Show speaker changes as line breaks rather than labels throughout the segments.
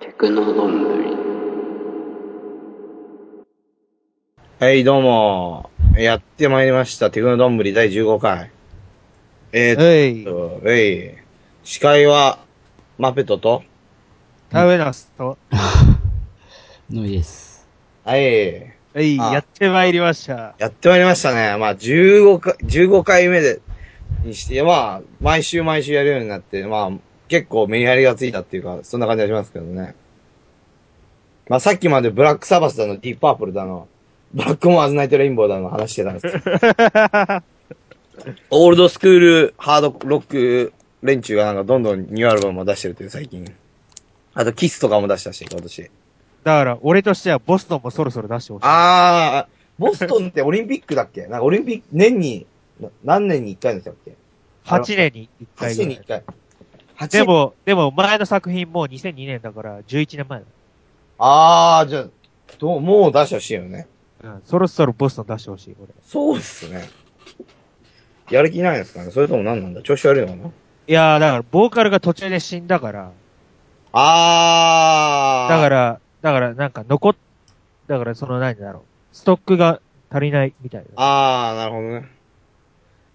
格の論類
はい、どうも。やってまいりました。テクノどんぶり第15回。えー、っ
えい、
と、えい。司会は、マペトと、
タウェラスと、
のりです。
はい。
えい、
あ
やってまいりました。
やってまいりましたね。まあ、15回、15回目で、にして、まあ、毎週毎週やるようになって、まあ、結構メリハリがついたっていうか、そんな感じがしますけどね。まあ、さっきまでブラックサバスだの、ディープパープルだの、ブラックモアーズナイトレインボーだの話してたんですけど。オールドスクール、ハードロック連中がなんかどんどんニューアルバムも出してるという最近。あと、キスとかも出したし、今年。
だから、俺としてはボストンもそろそろ出してほしい。
ああ、ボストンってオリンピックだっけなんかオリンピック、年に、な何年に1回でしたっけ
8年に1
?8
回
年
ぐら
に1
い。
回。8
で、も、でも前の作品もう2002年だから11年前だ。
ああ、じゃあ、どう、もう出してほしいよね。
うん、そろそろボストン出してほしい、俺。
そうっすね。やる気ないですかねそれとも何なんだ調子悪いのかない
やー、だから、ボーカルが途中で死んだから、
ああ。。
だからら、だからなんか残っ、だからその何だろう。ストックが足りないみたいな。
ああ、なるほどね。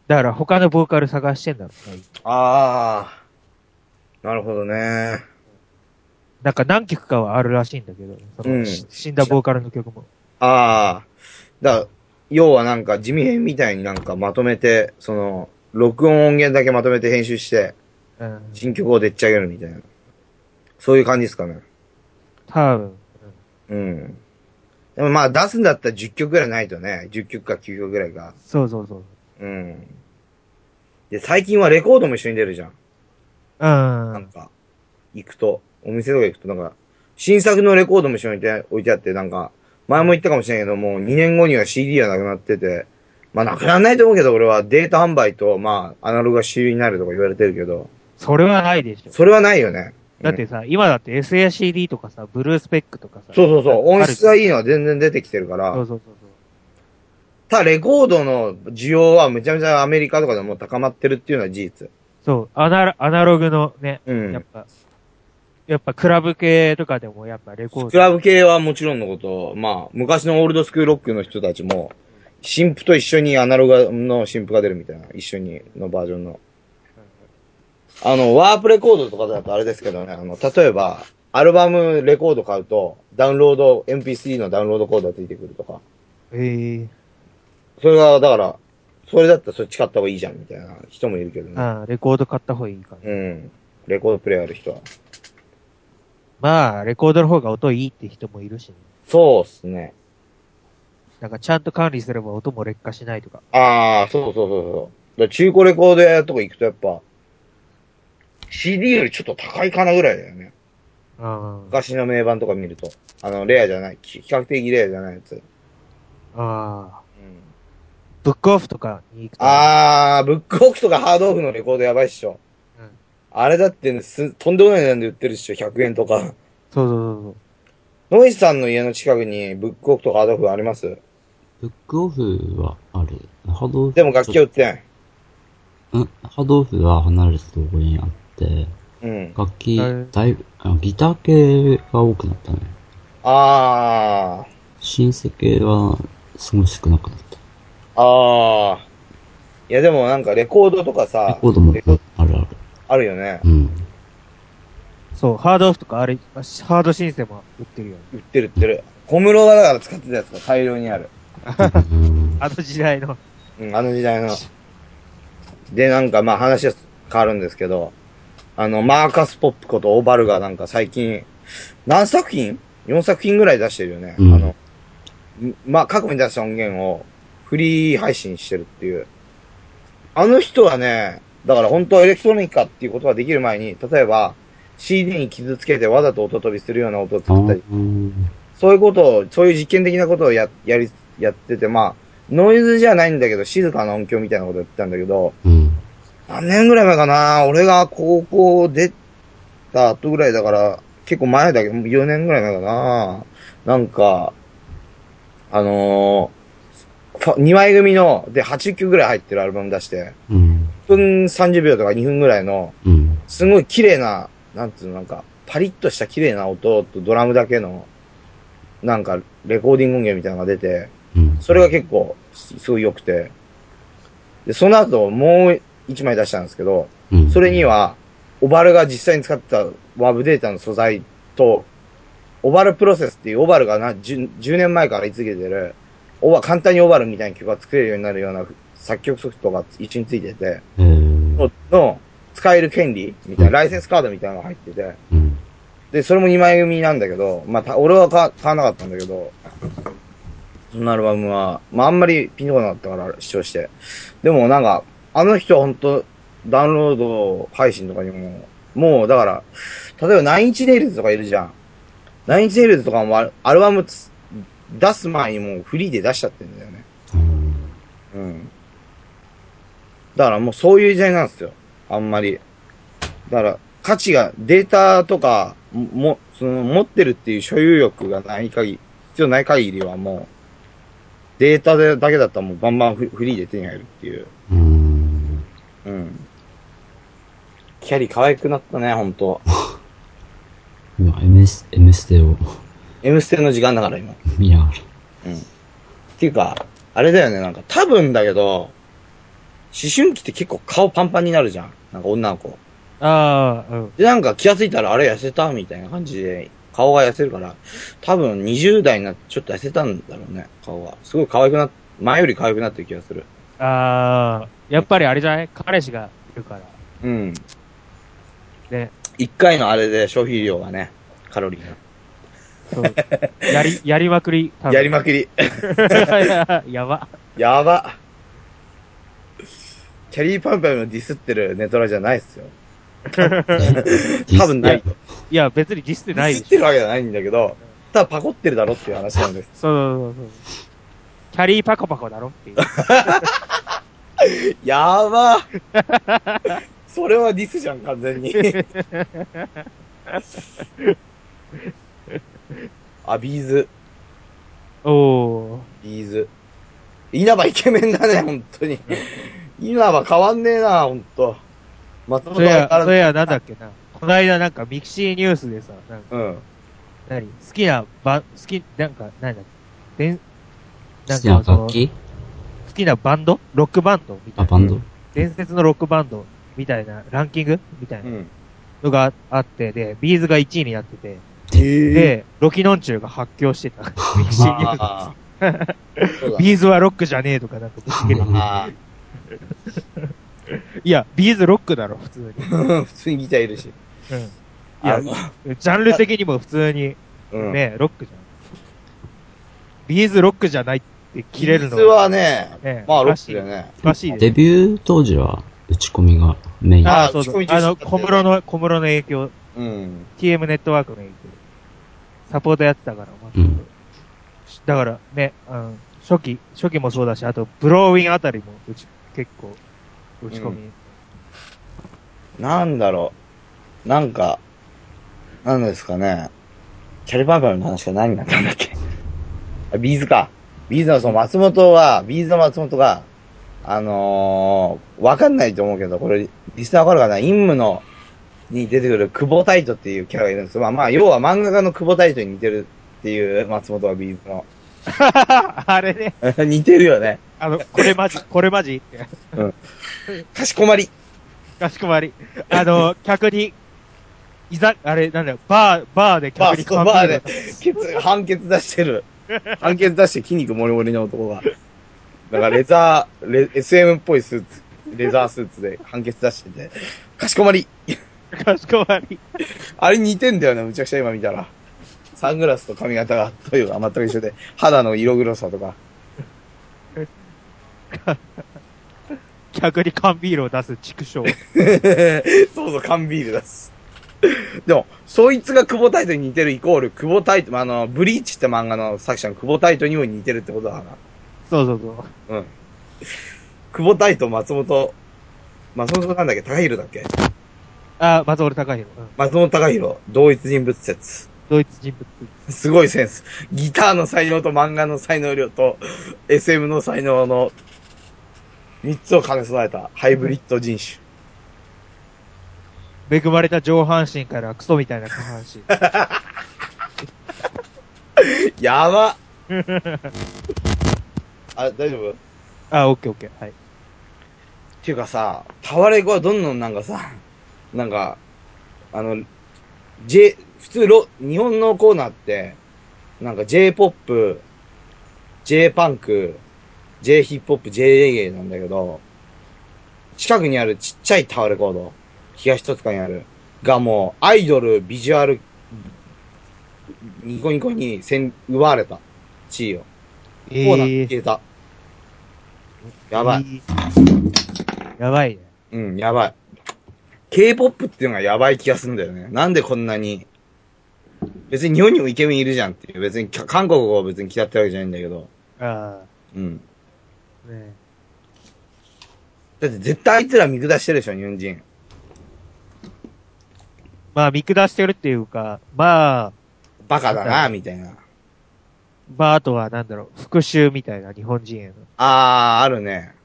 だから他のボーカル探してんだろうね。
ああ。なるほどね。
なんか何曲かはあるらしいんだけど、その
うん
し死んだボーカルの曲も。
ああ。だから、要はなんか地味編みたいになんかまとめて、その、録音音源だけまとめて編集して、
うん。
新曲をでっち上げるみたいな。そういう感じですかね。
多分。
うん。でもまあ出すんだったら10曲ぐらいないとね。10曲か9曲ぐらいが。
そうそうそう。
うん。で、最近はレコードも一緒に出るじゃん。
う
なん
ん。
か、行くと、お店とか行くとなんか、新作のレコードも一緒に置いて置いてあって、なんか、前も言ったかもしれないけど、もう2年後には CD はなくなってて、まあなくならないと思うけど、俺はデータ販売と、まあ、アナログが主流になるとか言われてるけど、
それはないでしょ。
それはないよね。
だってさ、今だって S や CD とかさ、ブルースペックとかさ。
そうそうそう、音質が
い
いいのは全然出てきてるか
そ
ら
う、そうそう
ただレコードの需要はむちゃむちゃアメリカとかでも高まってるっていうのは事実。
そう。そう、アナアナログのね、
う
やっ
ん。
ぱ、やっぱクラブ系とかでもやっぱレコード。
クラブ系はもちろんのこと、まあ、昔のオールドスクールロックの人たちも、新譜と一緒にアナログの新譜が出るみたいな、一緒にのバージョンの。あの、ワープレコードとかだとあれですけどね、あの、例えば、アルバムレコード買うと、ダウンロード、MP3 のダウンロードコードがついてくるとか。
へえ
それが、だから、それだったらそっち買った方がいいじゃん、みたいな人もいるけどね。
ああ、レコード買った方がいいから。
うん。レコードプレイヤーある人は。
まあ、レコードの方が音いいって人もいるしね。
そうっすね。
なんかちゃんと管理すれば音も劣化しないとか。
ああ、そうそうそうそう。だから中古レコード屋とか行くとやっぱ、CD よりちょっと高いかなぐらいだよね。
ああ。
昔の名盤とか見ると。あの、レアじゃない。き比較的レアじゃないやつ。うん、
ああ。ブックオフとかに行くと。
あー、ブックオフとかハードオフのレコードやばいっしょ。
うん
あれだってす、とんでもない値段で売ってるっしょ。100円とか。
そうそうそう
ノイさんの家の近くにブックオフとかハードオフあります
ブックオフはある。ハードオフ。
でも楽器は売ってない。
うん、ハードオフは離れたところにあって、
うん。
楽器
はい、
だいぶ、あギター系が多くなったね。
あー、
シンセ系はすごい少なくなった。
あー。いやでもなんかレコードとかさ
レ、コードも
レコ
あるある。
あるよね。
うん。
そう。そう、ハードオフとかあれ、ハードシンセも売ってるよね。
売ってる売ってる。小室がだから使ってたやつが大量にある。
うん
あの時代の。
うん、あの時代の。で、なんかまあ話は変わるんですけど、あの、マーカス・ポップことオバルがなんか最近、何作品 ?4 作品ぐらい出してるよね。
うん
あの、んまあ過去に出した音源をフリー配信してるっていう。あの人はね、だから本当はエレクトロニカっていうことができる前に、例えば CD に傷つけてわざと音飛びするような音を
あ
作ったり
ー
そういうことを、そういう実験的なことをや、やり、やってて、まあ、ノイズじゃないんだけど、静かな音響みたいなことやってたんだけど、
うん。
何年ぐらい前かな俺が高校出た後ぐらいだから、結構前だけど、4年ぐらい前かななんか、あのー、2枚組の、で、8曲ぐらい入ってるアルバム出して、
うん。
1分30秒とか2分ぐらいの、
うん。
すごい綺麗な、なんつうの、なんか、パリッとした綺麗な音とドラムだけの、なんか、レコーディング音源みたいなのが出て、
うん。
それが結構、すすごい良くて。で、その後、もう一枚出したんですけど、
うん
それに、は、オバルが実際に使ったワーブデータの素材と、オバルプロセスっていうオバルがな 10, 10年前から言い続けてる、オバ簡単にオバルみたいな曲が作れるようになるような作曲ソフトが一緒についてて、
えー、
のの使える権利みたい
うん
な、ライセンスカードみたいなのが入ってて、
うん。
で、それも2枚組なんだけど、まあ、た俺は買買わなかったんだけど、そのアルバムは、まあ、あんまりピンとこなかったから視聴して。でもなんか、あの人は本当ダウンロード配信とかにも、もうだから、例えばナインチネイルズとかいるじゃん。ナインチネイルズとかもアルアルバムつ出す前にもうフリーで出しちゃってるんだよね。
うん
うん。だからもうそういう時代なんですよ。あんまり。だから、価値が、データとか、もも、その、持ってるっていう所有欲がない限り、必要ない限りはもう、データでだけだったらもうバンバンフフリーで手に入るっていう。
うん。
うん。キャリー可愛くなったね、ほんと。
今、MS、M ステを
M ステの時間だから今。
見ながら。
っていうか、あれだよね、なんか多分だけど、思春期って結構顔パンパンになるじゃん。なんか女の子。
ああ、うん。
で、なんか気がついたら、あれ痩せたみたいな感じで、顔が痩せるから、多分20代になってちょっと痩せたんだろうね、顔が。すごい可愛くなっ、前より可愛くなってる気がする。
ああ、やっぱりあれじゃない彼氏がいるから。
うん。
ね。
一回のあれで消費量がね、カロリー
そう。 やり、やりまくり、多
が。
分
やりまくり。
やば。
やば。キャリーパンパンのディスってるネトラじゃないっすよ。多分ない。デ
いや、別にディスってな
ィ
い
スっ
で
て
し
る
ょ。
わけじゃないんだけど、ただパコってるだろっていう話なんです。
そうそうそうそう。キャリーパコパコだろ っていう。
やばーそれはディスじゃん、完全に。あ、ビーズ、
おー。
ビーズ。稲葉イケメンだね、本当に。稲葉変わんねえな、本当松本は
それ
変わ
や、
ら
そ
ない。
れやなんだっけな。この間なんかミキシーニュースでさ、なんか、
うん。。
何好きなバン、好き、なんか、なんだっけ。でん
好きな
その
楽器
好きなバンドロックバンドみた
あ、
いな。
バンド
伝説のロックバンドみたいな、ランキングみたいうなんのがあって、で、ビーズが1位になってて、
えー、
で、ロキノンチュウが発狂し てた。ミキシーニュース
あーそうだ
ビーズはロックじゃねえとかなんか ぶち切れて。
あ
いや、ビーズロックだろ、普通に。
ー 普通にギターいるし。
うん。い
あ
や、
の
ジャンル的にも普通に、
うん。
ね、ロックじゃん。ビーズロックじゃないって切れるの
ビーズはね、
ね
まあ、ロックだよね。
おかしいです
デビュー当時は打ち込みがメイン。
あ
あ
あ、そうそ
打
う
ち。込み中止
あ
だ
の、
ったよね
小室の、小室の影響、
うん。
TM ネットワークの影響。サポートやってたから、まあ
うん
だからね、うん、初期、初期もそうだし、あと、ブローウィンあたりも、うち、結構、打ち込み。
なんだろう。なんか、なんですかね。キャリバンバルの話が何になったんだっけ。あ、ビーズか。ビーズのその松本は、ビーズの松本が、あのー、わかんないと思うけど、これ、リスナーわかるかな陰夢の、に出てくる久保タイトっていうキャラがいるんですまあまあ、要は漫画家の久保タイトに似てるっていう松本はビーズの。
あれね、
似てるよね。
あの、これ マジ、これマジって。
かしこまり。
かしこまり。あの、客に、いざ、あれ、なんだよ、バー、バーで
バ
客に
ー、バーで、ケツ、判決出してる。判決出して筋肉もりもりの男が。だからレザー、レ SM っぽいスーツ、レザースーツで判決出してて。かしこまり。
かしこまり。
あれ似てんだよね、むちゃくちゃ今見たら。サングラスと髪型が、というか全く一緒で、肌の色黒さとか。
客に缶ビールを出す畜生。
そうそう、缶ビール出す。でも、そいつが久保タイトに似てるイコール、久保タイト、あの、ブリーチって漫画の作者の久保タイトにも似てるってことだな。
そうそうそう。
うん。久保大と松本、松本なんだっけ高弘だっけ
あ、松俺高弘。うん。
松本高弘、同一人物説。
ドイツ人物。
すごいセンス。ギターの才能と漫画の才能量と、SM の才能の、三つを兼ね備えたハイブリッド人種。
恵まれた上半身からクソみたいな下半身。
やばあ、大丈夫っ
あ、オッケーオッケー。はい。
ていうかさ、タワレコはどんどんなんかさ、なんか、あの、J、普通ロ、日本のコーナーって、なんか J-POP、J-PUNK、J-HIP-HOP、J-REGGAE なんだけど、近くにあるちっちゃいタワレコード、東戸塚にある、がもうアイドル、ビジュアル、ニコニコに先奪われた地位を。
え
コーナー消えた。やばい。
い。やばいね。
うん、やばい。K-POP っていうのがやばい気がするんだよね。なんでこんなに。別に日本にもイケメンいるじゃんっていう。別にか韓国を別に嫌ってるわけじゃないんだけど。
あ
うん。
あ、ね
だって絶対あいつら見下してるでしょ、日本人。
まあ、見下してるっていうか、まあ、
バカだな、みたいな。
まあ、あとはなんだろう、復讐みたいな日本人への。
あー、あるね。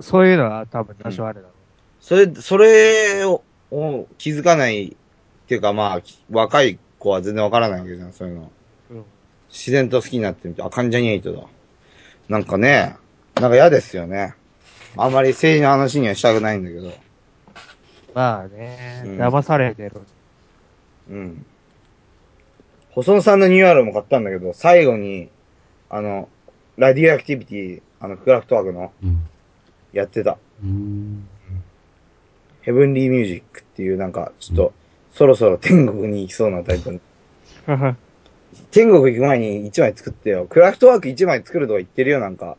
そういうのは多分多少あるだろ
それ、それをを気づかないっていうかまあ、き若い子は全然わからないわけじゃん、そういうの。
う。うん。
自然と好きになってみて、あ、関ジャニエイトだ。なんかね、なんか嫌ですよね。あんまり政治の話にはしたくないんだけど。
まあね、
うん
騙されてる。
うん。細野さんのニューアルバム買ったんだけど、最後に、あの、ラディオアクティビティ、あの、クラフトワークの、
うん。
やってた。
うーん。
ヘブンリーミュージックっていうなんか、ちょっと、そろそろ天国に行きそうなタイトル。天国行く前に1枚作ってよ。クラフトワーク1枚作るとか言ってるよ、なんか。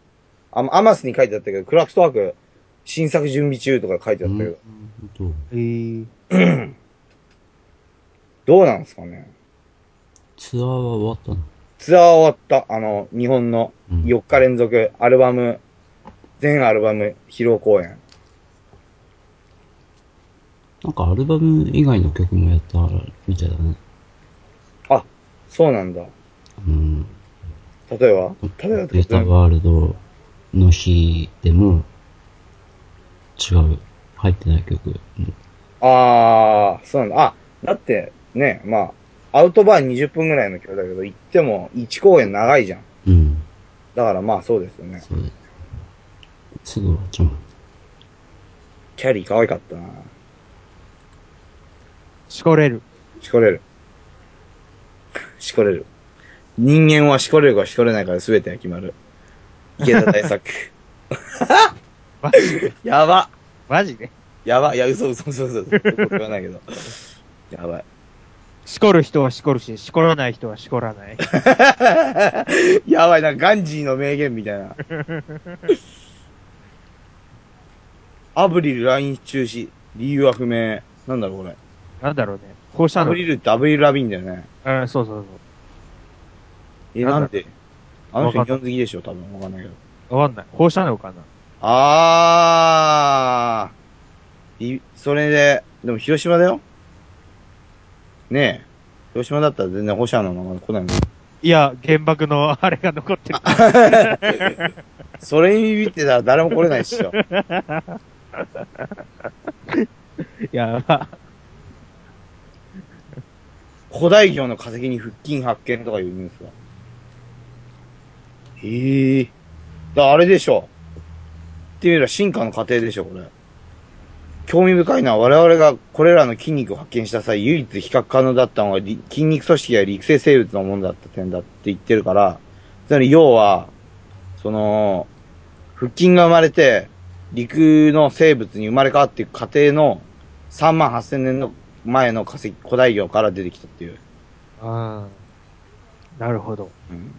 あアマスに書いてあったけど、クラフトワーク、新作準備中とか書いてあったけど、
どう
えー、
どうなんですかね。
ツアーは終わったの
ツアー終わった、あの、日本の
うん
4日連続アルバム、全アルバム披露公演。
なんかアルバム以外の曲もやったみたいだね。
あ、そうなんだ。
うん。
例えば例えば
データワールドの日でも、違う。入ってない曲。うん
あー、そうなんだ。あ、だって、ね、まあ、アウトバー20分ぐらいの曲だけど、行っても1公演長いじゃん。
うん。
だからまあそうですよね。
そうだよすぐ終わっちゃうもん。
キャリー可愛かったな
しこれる。
しこれる。しこれる。人間はしこれるかしこれないから全てが決まる。池田大 作。
マジで
やば
マジで
やばいや、嘘嘘嘘嘘嘘。嘘言わないけど。やばい。
しこる人はしこるし、しこらない人はしこら ない。
やばいな、ガンジーの名言みたい な。アブリル来日中止。理由は不明。なんだろう、これ。
なんだろうね。放射
ア
能。う
ブ
ん
リルってアブリルラビンだよね。
そうそうそう。
え、
なんだ
なんであの人
わ
日
かん
本好きでしょ、多分。わかんないけど。
わかんない。放射能かな。
あー。い、それで、でも広島だよねえ。広島だったら全然保射のまま来ないもん
いや、原爆のあれが残 ってる。
それにビビってたら誰も来れないっしょ。
いや、まあ、
古代魚の化石に腹筋発見とかいうニュースが。へえー。だからあれでしょ。っていうよりは進化の過程でしょ、これ。興味深いのは我々がこれらの筋肉を発見した際、唯一比較可能だったのはり筋肉組織や陸生生物のものだった点だって言ってるから、つまり要は、その、腹筋が生まれて、陸の生物に生まれ変わっていく過程の3万8000年の前の化石、古代魚から出てきたっていう。
あーなるほど。
うん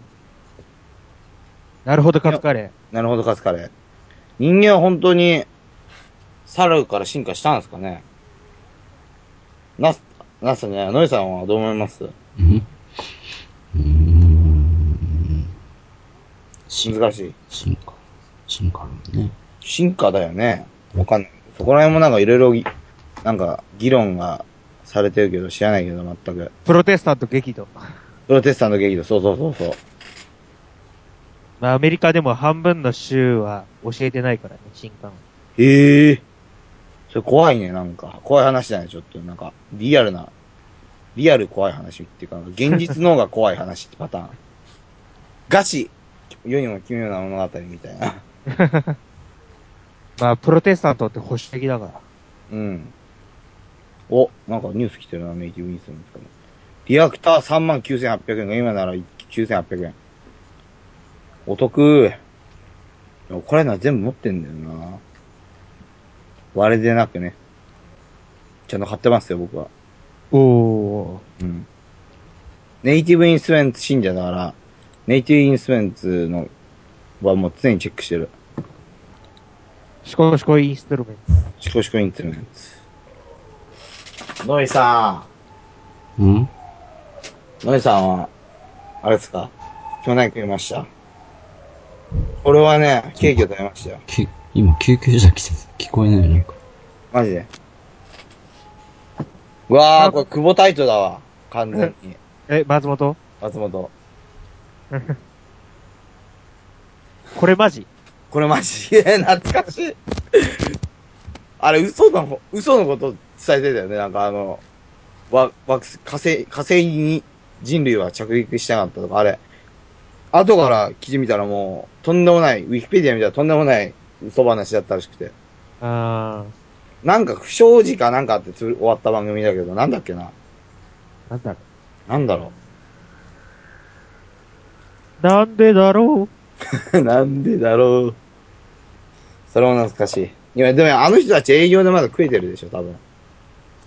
なるほど、カツカレー。
なるほど、カツカレー。人間は本当に、猿から進化したんですかねな、なすね、ノイさんはどう思います
うんうーん。進
難しい。
進化。進化あるもんね。
進化だよね。わかんない。そこら辺もなんかいろいろぎ、なんか議論がされてるけど、知らないけど、全く。
プロテスタント激怒。
プロテスタント激怒、そうそうそうそう。
まあ、アメリカでも半分の州は教えてないからね、新刊。
へえ。それ怖いね、なんか。怖い話だね、ちょっと。なんか、リアルな、リアル怖い話っていうか、現実の方が怖い話ってパターン。ガチ世にも奇妙な物語みたいな。
まあ、プロテスタントって保守的だから。
うん。お、なんかニュース来てるな、ネイティブニュース見つかる。リアクター39,800円が今なら9,800円。お得。でもこれな、全部持ってんだよな。割れでなくね。ちゃんと買ってますよ、僕は。
おー。
うん。ネイティブインストゥルメンツ信者だから、ネイティブインストゥルメンツのはもう常にチェックしてる。
しこしこインストゥルメント。
シコシコインストゥルメンツ。ノイさ
うん
ん、ノイさんは、あれですか去年食いました俺はね、ケーキを食べましたよ。
き今救急車来てた聞こえないなんか。
マジで。うわー、これ久保タイトだわ。完全に。
え、松本
松本。
これマジ
これマジで 懐かしい。あれ、嘘のほ、嘘のこと伝えてたよね。なんかあの、わ、惑星、火星、火星に人類は着陸してなかったとか、あれ。後から記事見たらもう、とんでもない、ウィキペディア見たらとんでもない嘘話だったらしくて。
あ
なんか不祥事かなんかあってつぶ終わった番組だけど、なんだっけな。
ー。なんだろ
なんだろ
う。なんでだ
う。
ろ
なんでだろう。それも懐かしい。いや、でもあの人たち営業でまだ食えてるでしょ、多分。
う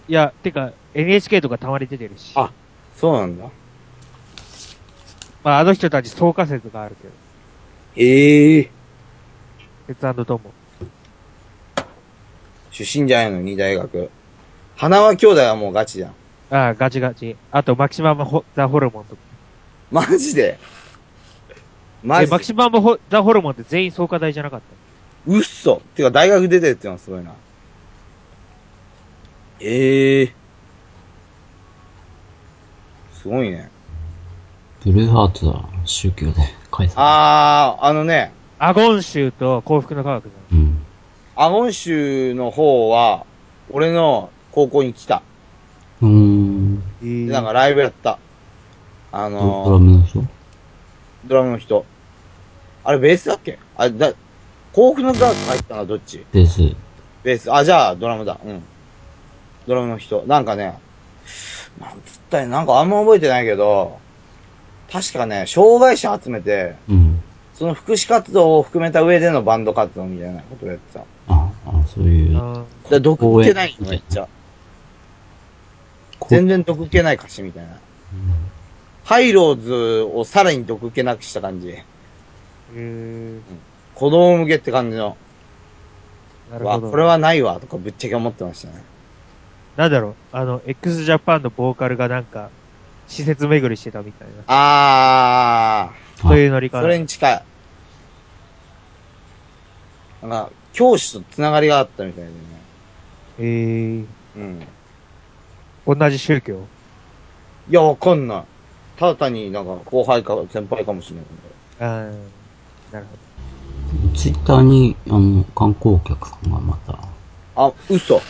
いや、てか、NHK とかたまに出てるし。
あそうなんだ。
まあ、あの人たち総仮説があるけど。
ええー。
鉄腕トモ。
出身じゃないのに、大学。花輪兄弟はもうガチじゃん。
ああ、ガチガチ。あと、マキシマムホザホルモンとか。
マジでマ
え、
ジ
マ
で
キシマムホザホルモンって全員創価大じゃなかっ
うっそてか大学出てるってのはすごいな。ええすごいね。
ブルーハートだ。宗教で書いてた。
あー、あのね、
た。アゴン州と幸福の科学だ。
うん。
アゴン州の方は、俺の高校に来た。
うーん。
え
で
ー
なんかライブやった。あのー
ドラムの人
ドラムの人。あれベースだっけあれだ、幸福の科学入ったのはどっち
ベース。
ベース。あ、じゃあ、ドラムだ。うん。ドラムの人。なんかね、なんつったらいいなんかあんま覚えてないけど、確かね、障害者集めて、
うん。
その福祉活動を含めた上でのバンド活動みたいなことをやってた。だか
あ、あ、そういう。
あ
ら毒受けないのめっちゃ。
こう
全然毒受けない歌詞みたいな。
うん
ハイローズをさらに毒受けなくした感じ。
ーえ
子供向けって感じの。
ー、なる
わ、
ほど。
これはないわ、とかぶっちゃけ思ってましたね。
なんだろう、あの、x ジャパンのボーカルがなんか、施設巡りしてたみたいな。
あー。
そういうノリか
そ
な。
れに近い。なんか、教師とつながりがあったみたいでね。
えー、
うん。い
同じ宗教。
や、わかんない。ただ単になんか後輩か先輩かもしれないけ
あーなるほ
ツイッターに、あの、観光客さんがまた、
ど。あ、嘘。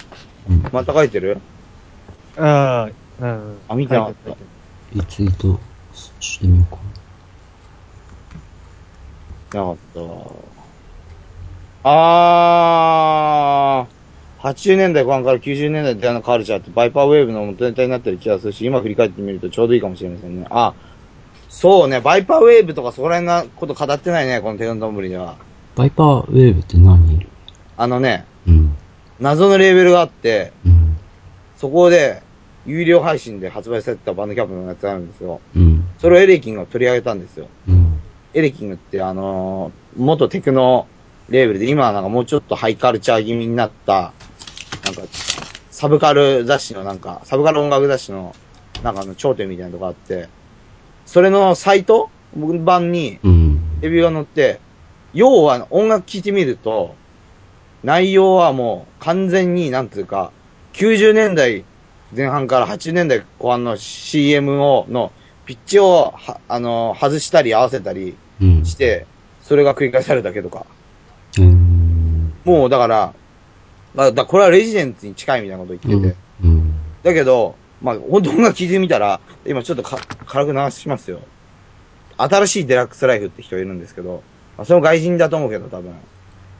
うん、
また書いてる
ど。ああ、うん。
あ見てなかった
書いて
リツイートしてみようか
なかったわ。あー。80年代後半から90年代であのカルチャーってバイパーウェーブの元ネタになってる気がするし、今振り返ってみるとちょうどいいかもしれませんね。あ、そうね、バイパーウェーブとかそこら辺のこと語ってないね、この手のどんぶりでは。
な。バイパーウェーブって何いる
あのね、
うん。
謎のレーベルがあって、
うん。
そこで、有料配信で発売されてたバンドキャップのやつがあるんですよ。
うん。
それをエレキンが取り上げたんですよ。
うん。
エレキングってあのー元テクノレーベルで、今はなんかもうちょっとハイカルチャー気味になった、なんか、サブカル雑誌のなんか、サブカル音楽雑誌の、なんかあの頂点みたいなとこあって、それのサイト版に、
うん。
レビューが載って、要は音楽聴いてみると、内容はもう完全になんていうか、90年代前半から80年代後半の CM を、のピッチをは、あの、外したり合わせたり
うん。
して、それが繰り返されるだけとか。
うん。
もうだから、まあ、だこれはレジデンツに近いみたいなこと言ってて。
うん。うん。
だけど、まあ、本当音楽聴いてみたら、今ちょっとか軽く流しますよ。新しいデラックスライフって人いるんですけど、まあ、それも外人だと思うけど、多分。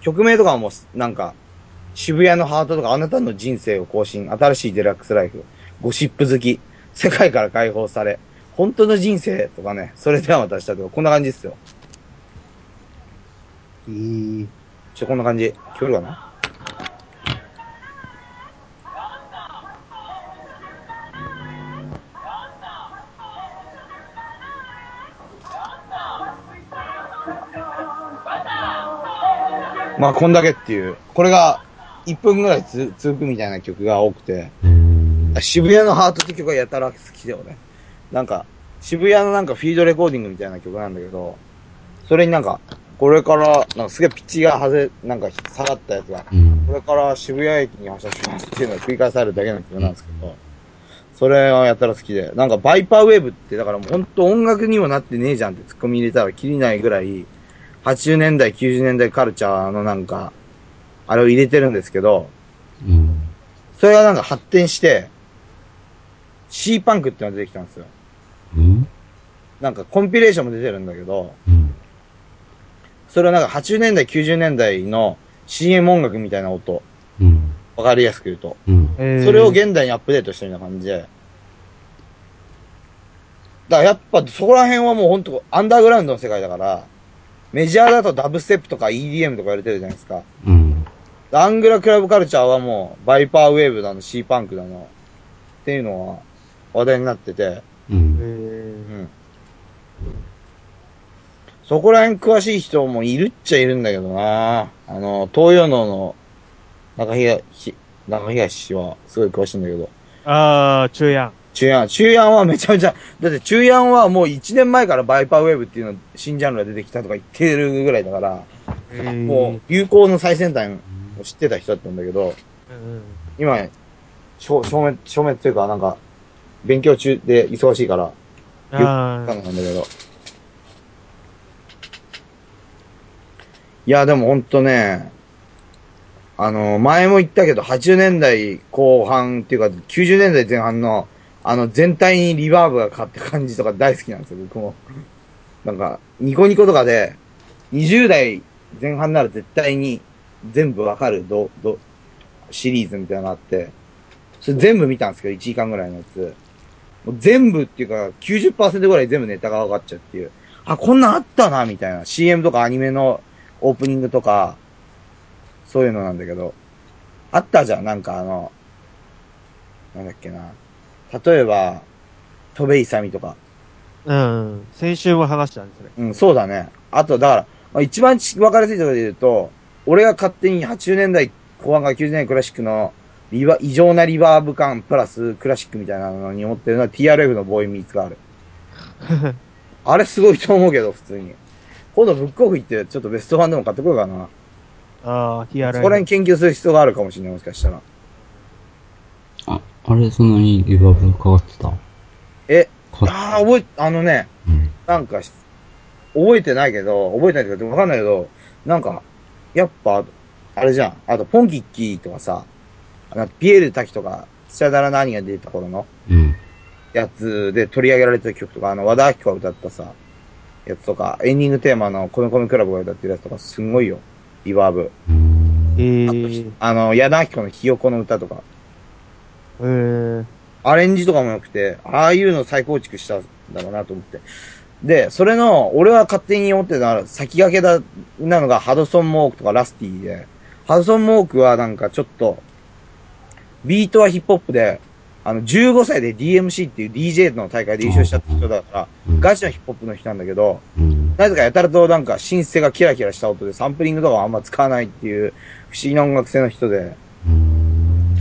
曲名とかも、なんか、渋谷のハートとか、あなたの人生を更新、新しいデラックスライフ、ゴシップ好き、世界から解放され、本当の人生とかね、それでは私たちとか、こんな感じですよ。
いい。
ちょ、こんな感じ。聞こえるかなまあ、こんだけっていう。これが、1分ぐらいつ続くみたいな曲が多くて。
うん
あ渋谷のハートって曲がやたら好きだよね。なんか、渋谷のなんかフィードレコーディングみたいな曲なんだけど、それになんか、これから、なんかすげえピッチが外れ、なんか下がったやつが、
うん
これから渋谷駅に発車しますっていうのが繰り返されるだけの曲なんですけど、それはやたら好きで、なんかバイパーウェーブって、だからもうほんと音楽にもなってねえじゃんってツッコミ入れたら切りないぐらい、80年代、90年代カルチャーのなんか、あれを入れてるんですけど、
うん。
それがなんか発展して、C パンクってのが出てきたんですよ。
うん。
なんかコンピレーションも出てるんだけど、
うん。
それはなんか80年代、90年代の CM 音楽みたいな音。
うん。
わかりやすく言うと。
うん。
えー
それを現代にアップデートしたような感じで。だからやっぱそこら辺はもうほんとアンダーグラウンドの世界だから、メジャーだとダブステップとか EDM とか言われてるじゃないですか。
うん。
アングラクラブカルチャーはもう、バイパーウェーブだの、シーパンクだの、っていうのは話題になってて、
う
え
ん。
う
ー
ん。そこら辺詳しい人もいるっちゃいるんだけどなあの、東洋能の中東、中東はすごい詳しいんだけど、
あー、中や
中安、中安はめちゃめちゃ、だって中安はもう1年前からバイパーウェーブっていうの新ジャンルが出てきたとか言ってるぐらいだから、
ん。
もう流行の最先端を知ってた人だったんだけど、
うん。
今、消消滅、消滅というか、なんか、勉強中で忙しいから、
あ
な
ー
んだけど。いや、でもほんとね、あの、前も言ったけど、80年代後半っていうか、90年代前半の、あの、全体にリバーブがかかった感じとか大好きなんですよ、僕も。なんか、ニコニコとかで、20代前半なら絶対に全部わかるど、ど、シリーズみたいなのがあって、それ全部見たんですけど、1時間ぐらいのやつ。もう全部っていうか、90%ぐらい全部ネタが分かっちゃうっていう。あ、こんなんあったな、みたいな。CM とかアニメのオープニングとか、そういうのなんだけど。あったじゃん、なんかあの、なんだっけな。例えば、戸部勇美とか。
うん。先週も話したんですね。
うん、そうだね。あと、だから、まあ、一番ち分かりやすいところで言うと、俺が勝手に80年代後半から90年代クラシックのリバ、異常なリバーブ感プラスクラシックみたいなのに持ってるのは TRF のボーイミーツがある。あれすごいと思うけど、普通に。今度ブックオフ行って、ちょっとベストファンでも買ってこようかな。
あー、TRF。
そこら辺研究する必要があるかもしれない、もしかしたら。
あ、あれ、そんなにリバーブかかってたか
え、
かって
ああ、覚え、あのね、
うん。
なんかし、覚えてないけど、覚えてないけど、わかんないけど、なんか、やっぱ、あれじゃん。あと、ポンキッキーとかさ、あのピエール滝とか、スチャダラの兄が出た頃の
うん。
やつで取り上げられてた曲とか、あの、和田明子が歌ったさ、やつとか、エンディングテーマのコメコメクラブが歌ってるやつとか、すんごいよ。リバーブ。
うん。
え
あの、矢田明子のひよこの歌とか、
えー。
アレンジとかも良くて、ああいうの再構築したんだろうなと思って。で、それの、俺は勝手に思ってたのは先駆けだ、なのがハドソン・モークとかラスティで、ハドソン・モークはなんかちょっと、ビートはヒップホップで、あの、15歳で DMC っていう DJ の大会で優勝した人だから、
うん
ガチのヒップホップの人なんだけど、
うん。
なぜかやたらとなんか、シンセがキラキラした音で、サンプリングとかはあんま使わないっていう、不思議な音楽性の人で、
うん。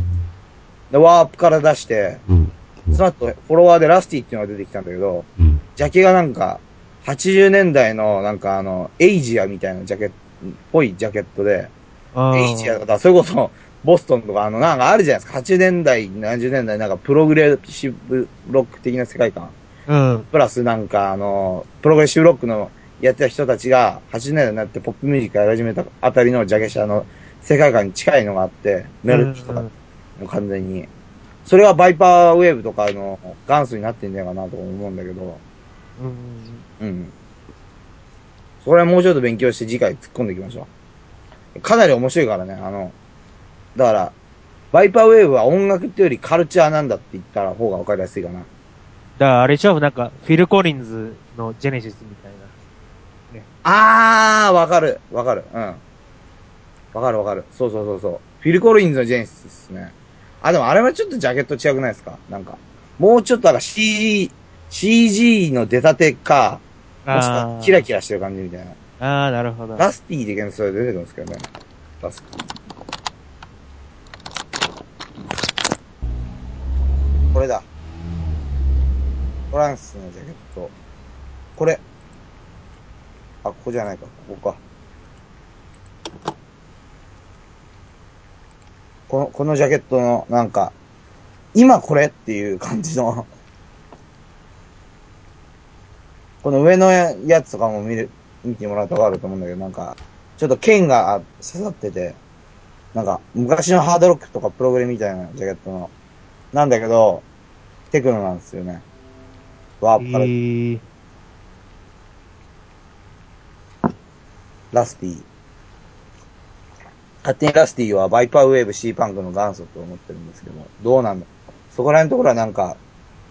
でワープから出して、
うん。
その後、フォロワーでラスティっていうのが出てきたんだけど、
うん。
ジャケがなんか、80年代のなんかあの、エイジアみたいなジャケット、っぽいジャケットで、
あー
エイジアとか、それこそ、ボストンとかあの、なんかあるじゃないですか。80年代、70年代、なんかプログレッシブロック的な世界観。
うん。
プラスなんかあの、プログレッシブロックのやってた人たちが、80年代になってポップミュージックやり始めたあたりのジャケ写の世界観に近いのがあって、メルチと
う
か
ん、
もう完全に。それがバイパーウェーブとかの元祖になってんじゃないかなと思うんだけど、
うん
うん。それはもうちょっと勉強して次回突っ込んでいきましょう。かなり面白いからね、あの、だから、バイパーウェーブは音楽っていうよりカルチャーなんだって言ったら方がわかりやすいかな。
だからあれでしょなんか、フィル・コリンズのジェネシスみたいな。
あー、わかる、わかる、うん。わかるわかる。そうそうそうそう。フィル・コリンズのジェネシスですね。あ、でもあれはちょっとジャケット違くないですかなんか。もうちょっとなんか CG、CG の出たてか、もしく
あ
は
ー
キラキラしてる感じみたいな。
あー、なるほど。
ダスティーで検索で出てくるんですけどね。ダスティこれだ。トランスのジャケット。これ。あ、ここじゃないか。ここか。この、このジャケットの、なんか、今これっていう感じの。この上のやつとかも見る、見てもらったらわかると思うんだけど、なんか、ちょっと剣が刺さってて、なんか、昔のハードロックとかプログレみたいなジャケットの、なんだけど、テクノなんですよね。ワープから
えー
ラスティ。勝手にラスティはバイパーウェーブ C パンクの元祖と思ってるんですけど、どうなんだそこら辺のところはなんか、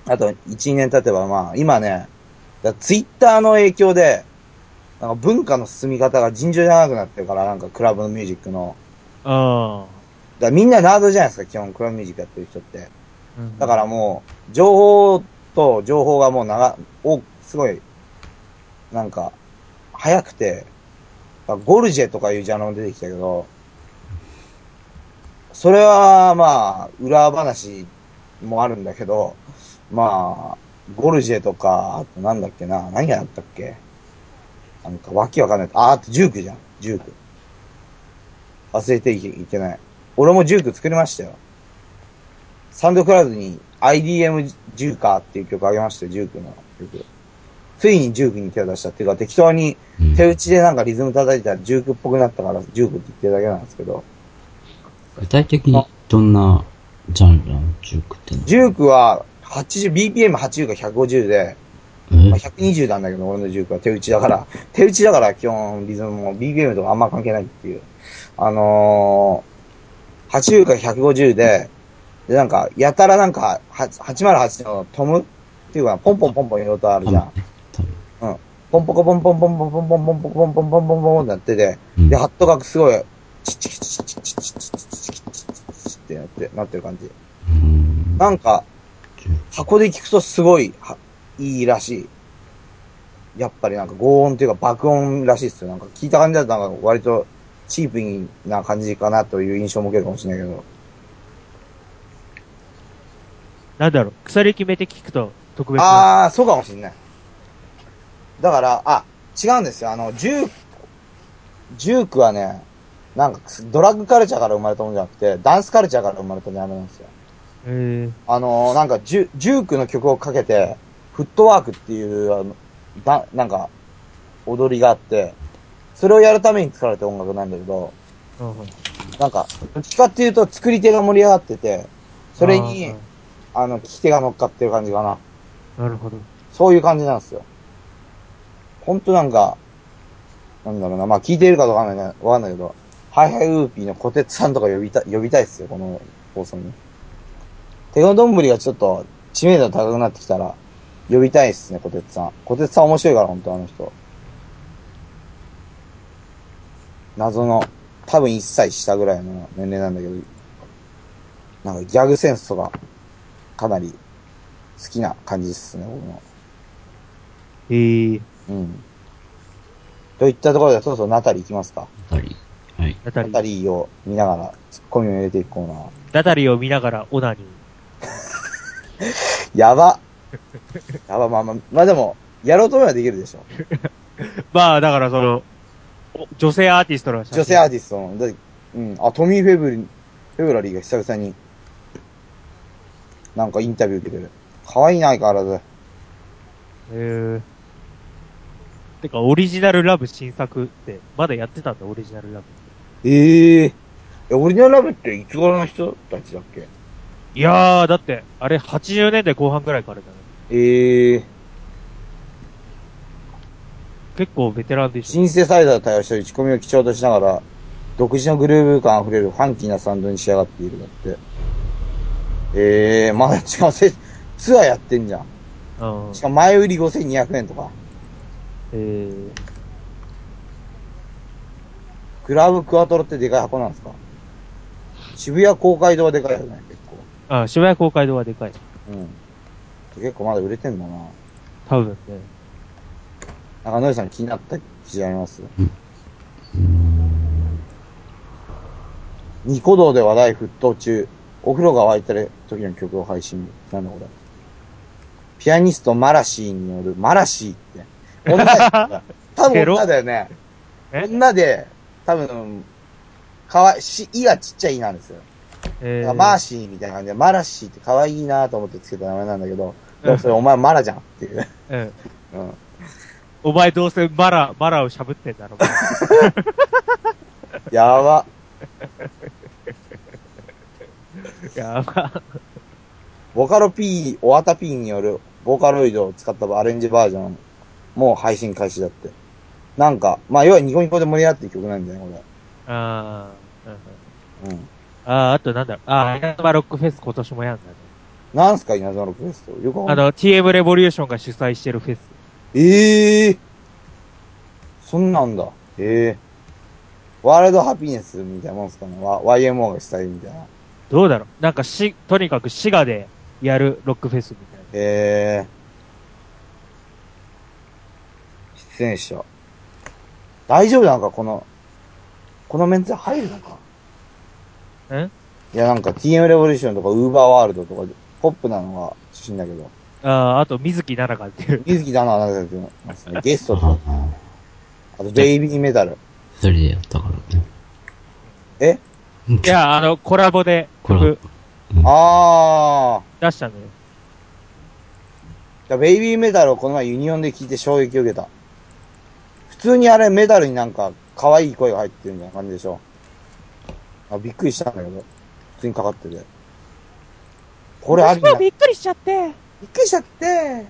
あと1、2年経てばまあ、今ね、ツイッターの影響で、なんか文化の進み方が尋常じゃなくなってるから、なんかクラブのミュージックの。
あ
だからみんなナードじゃないですか、基本クラブミュージックやってる人って。
ーうん
だからもう、情報と情報がもう長、お、すごい、なんか、早くて、ゴルジェとかいうジャンルも出てきたけど、それはまあ、裏話もあるんだけど、まあ、ゴルジェとか、あとなんだっけな、何やったっけなんかわけわかんない。あ、あとジュークじゃん、ジューク。忘れていけいけない。俺もジューク作りましたよ。サンドクラウドに IDM ジューカーっていう曲あげましたよ、ジュークの曲。ついにジュークに手を出したっていうか、適当に
うん
手打ちでなんかリズム叩いたらジュークっぽくなったから、ジュークって言ってるだけなんですけど、
具体的にどんなジャンルなのジュークっての
ジュークは80、BPM80 か150で、まあ、
え
120なんだけど、俺のジュークは手打ちだから、手打ちだから基本リズムも BPM とかあんま関係ないっていう。あのー、80か150で、で、なんか、やたらなんか、は808のトムっていうか、ポンポンポンポンいう音あるじゃん。
多分
ポンポコポンポンポンポンポンポンポンポンポンポンポンポンポンってなってて、
うん
で、ハットがすごい、チッチッチッチッチッチッチッチッチッチッチッってなって、なってる感じ。
うん
なんか、
ジューク
箱で聞くとすごいは、いいらしい。やっぱりなんか合音というか爆音らしいっすよ。なんか聞いた感じだとなんか割とチープな感じかなという印象も受けるかもしれないけど。
なんだろう、鎖決めて聞くと特別な。
ああー、そうかもしれない。だから、あ、違うんですよ。あの、ジューク、ジュークはね、なんかドラッグカルチャーから生まれたものじゃなくて、ダンスカルチャーから生まれたジャンルなんですよ。
え
あのーなんかジュ、ジュークの曲をかけて、フットワークっていう、あの、だ、なんか、踊りがあって、それをやるために作られた音楽なんだけど、
ーうんうん
なんか、どっちかっていうと作り手が盛り上がってて、それ
あ
に
ー、
あの、聞き手が乗っかってる感じかな。
なるほど。
そういう感じなんですよ。ほんとなんか、なんだろうな、まあ聞いているかどうかわかんないけどわかんないけど、ハイハイウーピーの小鉄さんとか呼びた、呼びたいっすよ、この放送に。テゴどんぶりがちょっと知名度高くなってきたら、呼びたいっすね、小鉄さん。小鉄さん面白いから、ほんとあの人。謎の、多分1歳下ぐらいの年齢なんだけど、なんかギャグセンスとか、かなり好きな感じっすね、僕の。
えー、
うん。といったところで、そろそろナタリー行きますか。
あたり。はい。
ナタ
ナ
リ
タ
ー。
リーを見ながら、ツッコミを入れていくコーナー。
ナタリーを見ながらオナニー。
や ば。やば、まあまあ、まあでも、やろうと思えばできるでしょ。
まあ、だからその、お女性アーティストの写真
女性アーティストの、だうん、あ、トミー・フェブリ、フェブラリーが久々に、なんかインタビュー受けてる。可愛いな、相変わらず。
えー、てか、オリジナルラブ新作って、まだやってたんだ、オリジナルラブ。
えええ、オリジナルラブっていつ頃の人たちだっけ
いやー、だって、あれ80年代後半くらいからだね。
ええー、
結構ベテランでし
シンセサイザーを対応した打ち込みを基調としながら、独自のグルーヴ感あふれるファンキーなサウンドに仕上がっているんだって。ええー、まだしかもせ、ツアーやってんじゃん。
ょ。うん
し。かも前売り5200円とか。
えー、
クラブクワトロってでかい箱なんですか渋谷公会堂はでかいよね、結構。
あ、渋谷公会堂はでかい。
うん。結構まだ売れてんだな。
多分ね。
なんか、のりさん気になった記事ありますニコ動で話題沸騰中、お風呂が沸いてる時の曲を配信。なんだこれ。ピアニストマラシーによる、マラシーって。女だ多分女だよね。
え
女で、多分、かわい、し、いがちっちゃいいなんですよ。
えー、
マーシーみたいな感じで、マラシーって可愛いなと思ってつけた名前なんだけど、でもそれお前マラじゃんっていう。
うん。
うん。
お前どうせマラ、マラをしゃぶってんだろ。 お前
やば。
やば。
ボカロ P、オアタ P によるボーカロイドを使ったアレンジバージョンも配信開始だって。なんか、まあ要はニコニコで盛り上がってる曲なんじゃないこ
あー。うんうん
れ。うん。
あー、あとなんだろう。あー、稲妻ロックフェス今年もやんだね。
なんすか稲妻ロックフェスト。よくわか
あ
んない
の、TM レボリューションが主催してるフェス。
ええー。そんなんだ。ええー。ワールドハピネスみたいなもんすかね。わ YMO がしたいみたいな。
どうだろうなんかし、とにかく滋賀でやるロックフェスみたいな。
ええー。出演者。大丈夫なのかこの、このメンツ入るのか
え
いや、なんか TM レボリューションとか Uber ワールドとか、ポップなのが出身だけど、
あー、あと水木奈々がっていう。
水木だな、なぜかますね。ゲスト
あ
と、あとベイビーメタル。
二人でやったからね。
え
いや、あの、コラボで
コラボ
曲
あー。
出したんだよ。
じゃあベイビーメタルをこの前ユニオンで聞いて衝撃を受けた。普通にあれメタルになんか可愛い声が入ってるみたいな感じでしょ。あ、びっくりしたんだけど。普通にかかってて。これありな。びっ
っくりしちゃって。
くりしちゃって。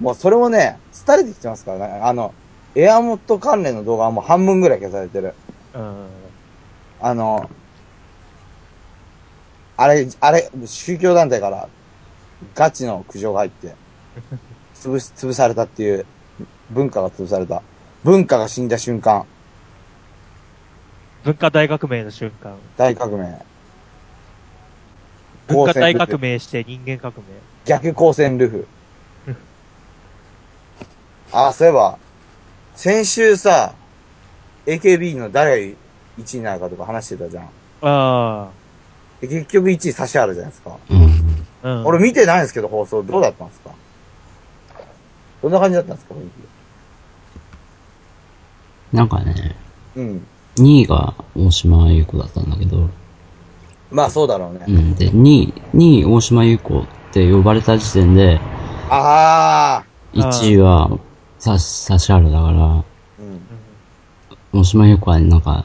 もうそれもね、廃れてきてますからね。あの、エアモット関連の動画はもう半分ぐらい消されてる。
うん。
あの、あれ、あれ、宗教団体からガチの苦情が入 って、潰す、潰されたっていう、文化が潰された。文化が死んだ瞬間、
文化大革命の瞬間。
大革命。
文化大
光
革
線ルフ。
命して人間革命。
逆光線ルフ。 あ、そういえば、先週さ、AKB の誰が1位になるかとか話してたじゃん。
あ
で結局1位差しあるじゃないですか。
うん。
あ。うん。
俺見てないんですけど、放送。どうだったんですかどんな感じだったんですか雰囲
なんかね、
気うん。
2位が大島優子だったんだけど、
まあそうだろうね。
うん。で、2位、2位大島優子って呼ばれた時点で、
ああ
1位はさ、さしあるだから、
うん。
うん。
大島優子はなんか、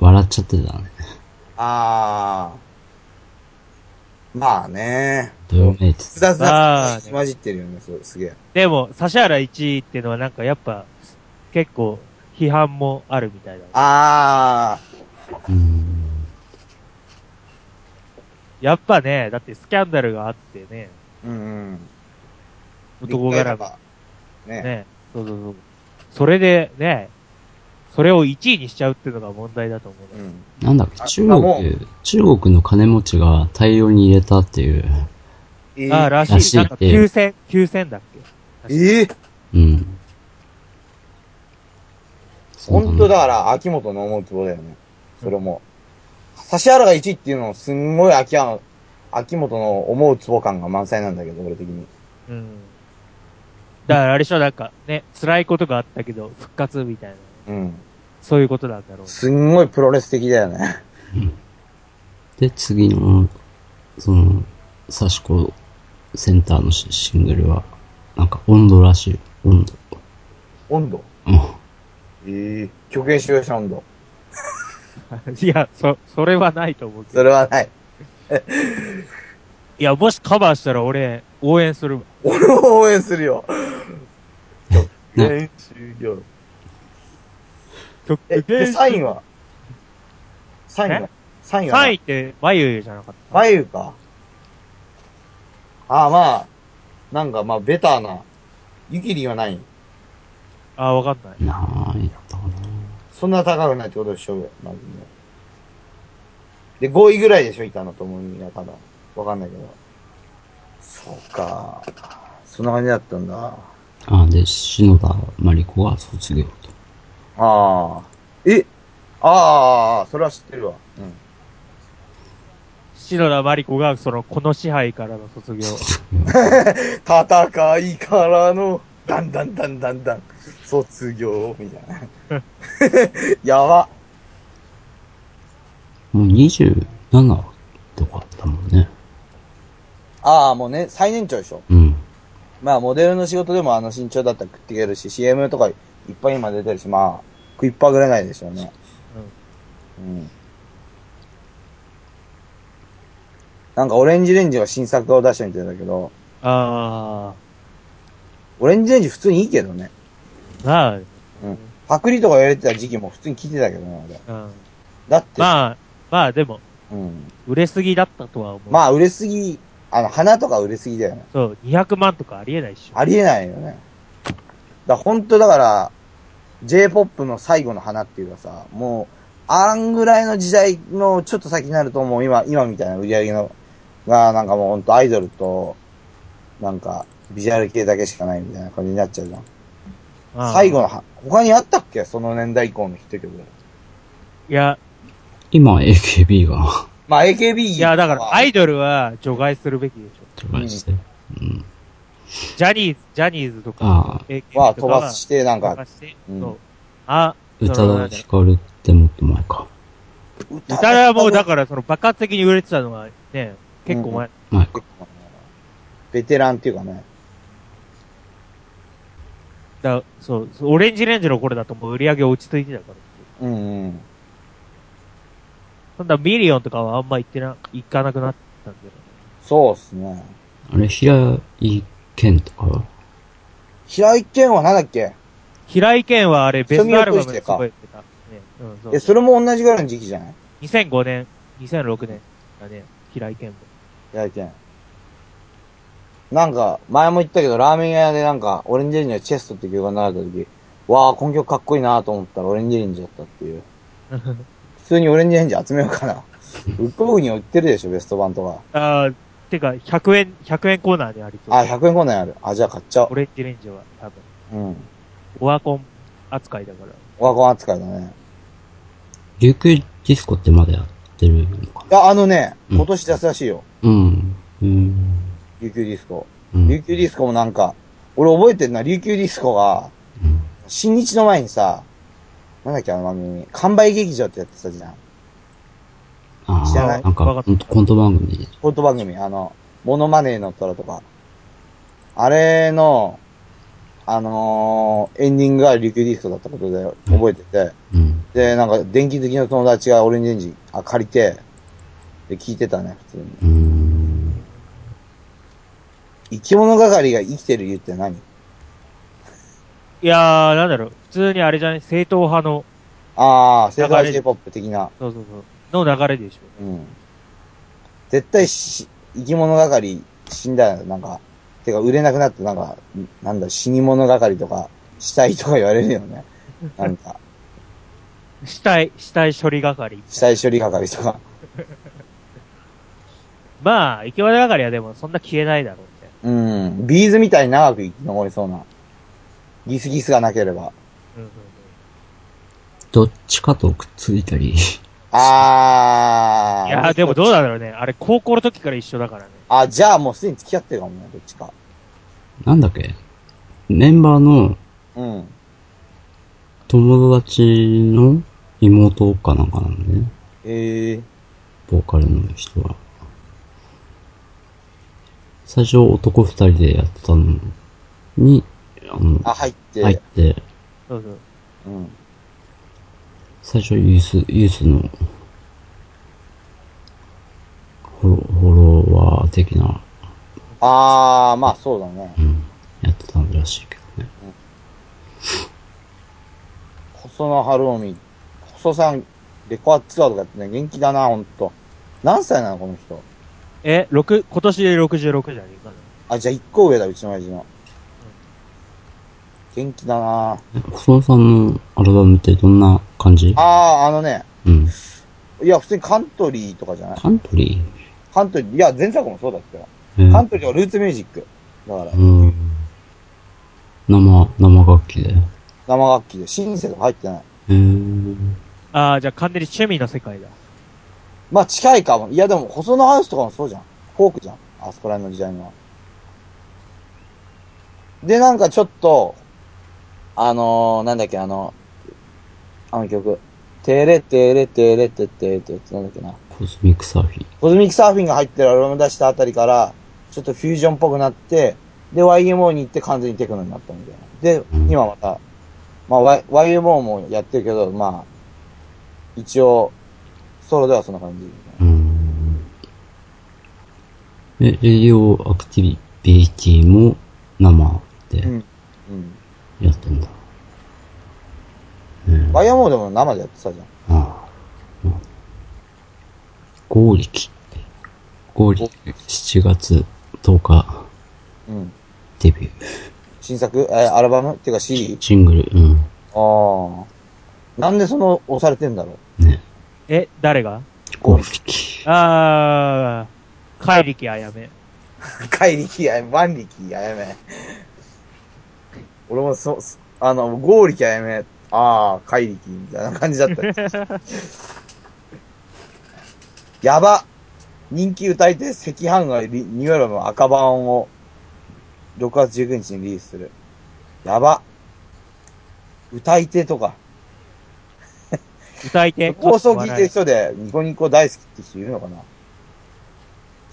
笑っちゃってたね。
ああまあね。
どよめいて
複
た。
雑
ま
な
あね
混じってるよね、そうすげえ。
でも、指原1位っていうのはなんかやっぱ、結構、批判もあるみたいだね。
あ
うん。
やっぱね、だってスキャンダルがあってね、
あうんうん。
男絡
が。
み。
ね。
ね。そうそうそう。それで、ね、それを1位にしちゃうっていうのが問題だと思う
う
ね。
ん。
なんだっけ、
あ
中
あも
国、中国の金持ちが大量に入れたっていう。
えー
ああ、ら
ら
し
し
い。
い
なんか9000、9000だっけ
えー、
うん。
本当だから、秋元の思うつぼだよね。それも。指原が1位っていうのもすんごい秋山、秋元の思うつぼ感が満載なんだけど、俺的に。
うん。だからあれでしょ、なんかね、辛いことがあったけど、復活みたいな。
うん。
そういうことなんだろう。
すんごいプロレス的だよね。
で、次の、その、サシコセンターのシシングルは、なんか温度らしい。温度。
温度
うん。
ええ極限使用した温度。
いや、そ、それはないと思うけど。
それはない。
いや、もしカバーしたら俺、応援するわ。
俺も応援するよ。
な
練習業。
極
え、でサインはサインは
え
サインは
サインって、眉じゃなかっ
眉か。ああ、まあ、なんかまあ、ベターな。ゆきりんはない。
た。あ、わかんない。
ないとな。
そんな高くないってことでしょうよ、まずね。で、5位ぐらいでしょ、いたのと思うんだから。わかんないけど。そうか。そんな感じだったんだ。あ
あ、で、篠田麻里子は卒業と。
あ。えああ、それは知ってるわ。うん。
篠田麻里子が、その、この支配からの 卒業。
戦いからの、だんだんだんだんだん、卒業、みたいな。 やば。
もう27とかだもんね。
ああ、もうね、最年長でしょ。
うん。
まあ、モデルの仕事でもあの身長だったら食っていけるし、CM とかいっぱい今出てるし、まあ、食いっぱぐれないでしょうね。うん。うん。なんか、オレンジレンジは新作を出したみたいだけど、
あ
オレンジレンジ普通にいいけどね。
ー、まあ、うん。
うん。パクリとか言われてた時期も普通に聞いてたけどね、俺。だって、
まあ、まあでも、
うん。
売れすぎだったとは思う。
まあ、売れすぎ、あの、花とか売れすぎだよね。
そう、200万とかありえないっしょ。
ありえないよね。だ、本当だから、J-POP の最後の花っていうかさ、もう、あんぐらいの時代のちょっと先になるともう今、今みたいな売り上げの、が、なんかもう本当アイドルと、なんか、ビジュアル系だけしかないみたいな感じになっちゃうじゃん。
うん
最後のは、他にあったっけその年代以降のヒット曲。
いや、
今、AKB が
まあ AKB
いや、だから、ア
イ
イドルは除外するべきでしょ。
トライして。うん。
ジャニーズ、ジャニーズとか、
ああ、
AKB とか
は飛ばして、なん
飛
か
ば、して、
うん
そう。あ、
宇多
その
田ヒカルってもっと前か。
歌
宇多田はもうだから、その爆発的に売れてたのはね、結構前。
前か。
ベテランっていうかね。
だそう、そうオレンジレンジの頃だともう売り上げ落ち着いてたから。
うんうん。
そんなミリオンとかはあんま行ってな、行かなくなったんで。
そうっすね。
あれ、平井健とかは
平井堅はなんだっけ
平井堅はあれ、ベストアルバムですごい出た。ね、うん、そう
え、。それも同じぐらいの時期じゃない
2005年、2006年だね、平井堅 も。
平井堅。なんか、前も言ったけど、ラーメン屋でなんか、オレンジレンジのチェストって曲が流れた時、わー、この曲かっこいいなと思ったらオレンジレンジだったっていう。普通にオレンジレンジ集めようか な。ウッドボーグには売ってるでしょ、ベスト版とか。
ああ、てか、100円、100円コーナーでありそう。
あ、100円コーナーにある。あ、じゃあ買っちゃお
オレンジレンジは多分、
う。うん。
オワコン扱いだから。
オワコン扱いだね。
琉球ディスコってまだやってるのか
いや、あのね、
うん
今年出すらしいよ。
なうん。うん。
琉球ディスコ。
うん。
琉球ディスコもなんか、俺覚えてるのは琉球ディスコが、
うん
新日の前にさ、なんだっけあの番組、完売劇場ってやってたじゃん。
あ
知らな
あ、
い
な
わ
ん
か
か
っ、た
ほんとコント番組で。
コント番組、あの、モノマネーの虎とか。あれの、あのーエンディングが琉球ディスコだったことで覚えてて、
うん。
で、なんか電気好きの友達がオレンジレンジ、あ、借りて、で、聞いてたね、普通に。
うーん。
生き物係が生きてる理由って何
いやー、なんだろう、普通にあれじゃない、正統派の、
ああ、世
流
界
れ
J-POP 的な。
そうそうそう、の流れでしょうね。
うん。絶対し、生き物係死んだら、なんか、てか売れなくなって、なんか、なんだ、死に物係とか、死体とか言われるよ ね。なんか、
死体、死体処理係。
死体処理係とか。
まあ、生き物係はでもそんな消えないだろうね。
うん。ビーズみたいに長く生き残りそうな。ギスギスがなければ。
うんうんうん。
どっちかとくっついたり。
あー。
いやー、でもどうなんだろうね。あれ、高校の時から一緒だからね。
あ、じゃあもうすでに付き合ってるかもね、どっちか。
なんだっけメンバーの
うん。
友達の妹かなんかなんでね。
えー。
ボーカルの人は。最初男二人でやってたのに、あの、
あ、入って。
入って、
そうそう。
うん。
最初ユース、ユースの、フォロフォロワー的な、
あー、まあそうだね
う。ん、やってたらしいけどね。
細野晴臣、細さん、デコアツアーとかやってね、元気だな、ほんと。何歳なの、この人。
え、六今年で66じゃねえかな。
あ、じゃあ一個上だ、うちの親父の。元気だな
え細野さんのアルバムってどんな感じ
あー、あのね、
うん。
いや、普通にカントリーとかじゃない
カントリ
カントリー、いや、前作もそうだったよ。
ー、え
カントリーはルーツミュージック。だから、
うん。生、生楽器で。
生楽器で、シンセとか入ってない。
えー、
ああ、じゃあ完全に趣味の世界だ。
まあ近いかも。いや、でも、細野ハウスとかもそうじゃん。フォークじゃん。あそこら辺の時代のは。で、なんかちょっと、あのー、なんだっけ、あの、あの曲。テレテレテレテテテってなんだっけな。
コスミックサーフィー。
コズミックサーフィンが入ってるアルバム出したあたりから、ちょっとフュージョンっぽくなって、で、YMO に行って完全にテクノになったみたいな。で、今また、まあ、Y- YMO もやってるけど、まあ、一応、ソロではそんな感じみたいな。
うん。え、レディオアクティビティも生で
うん。うん。
やってんだ。うん。
ワイヤーモードも生でやってたじゃん。
ああ。まあゴーリキ。ゴーリキ、7月10日
うん。
デビュ
新作え、アルバムっていうか CD?
ー。シングル、うん。
ああ。なんでその、押されてんだろう
ね。
え、誰が
ゴーリキ。
ああ、怪力あやめ。
怪力や、万力ややめ。俺もそ、そあの、合力ややめ、ああ、怪力、みたいな感じだった。 やば人気歌い手、赤飯がリニューアルバム赤版を6月19日にリリースする。やば歌い手とか。
歌い手
放送聞いてる人でニコニコ大好きって人いるのか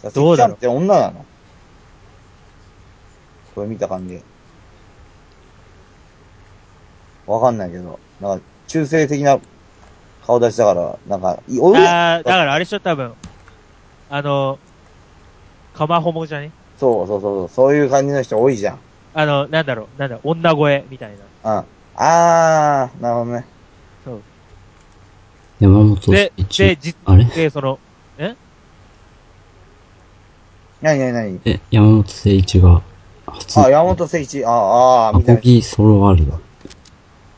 な
ど
関
うだろう
ちゃんって女なのこれ見た感じ。わかんないけど、なんか中性的な顔出しだから、なんか、いお
ああ、だからあれっしょ、多分。あの、カマホモじゃね
そうそうそうそう、そういう感じの人多いじゃん。うん。
あの、なんだろう、なんだろう、女声みたいな。
ああー、なるほどね。
そう。
山本
で、で、
一。
じ、
あれ
で、その、
なになになに
え、山本誠一が初、
あ、
ア
山本誠一、ああ、ああ、
コ
みたいな。
ギソロアルバム。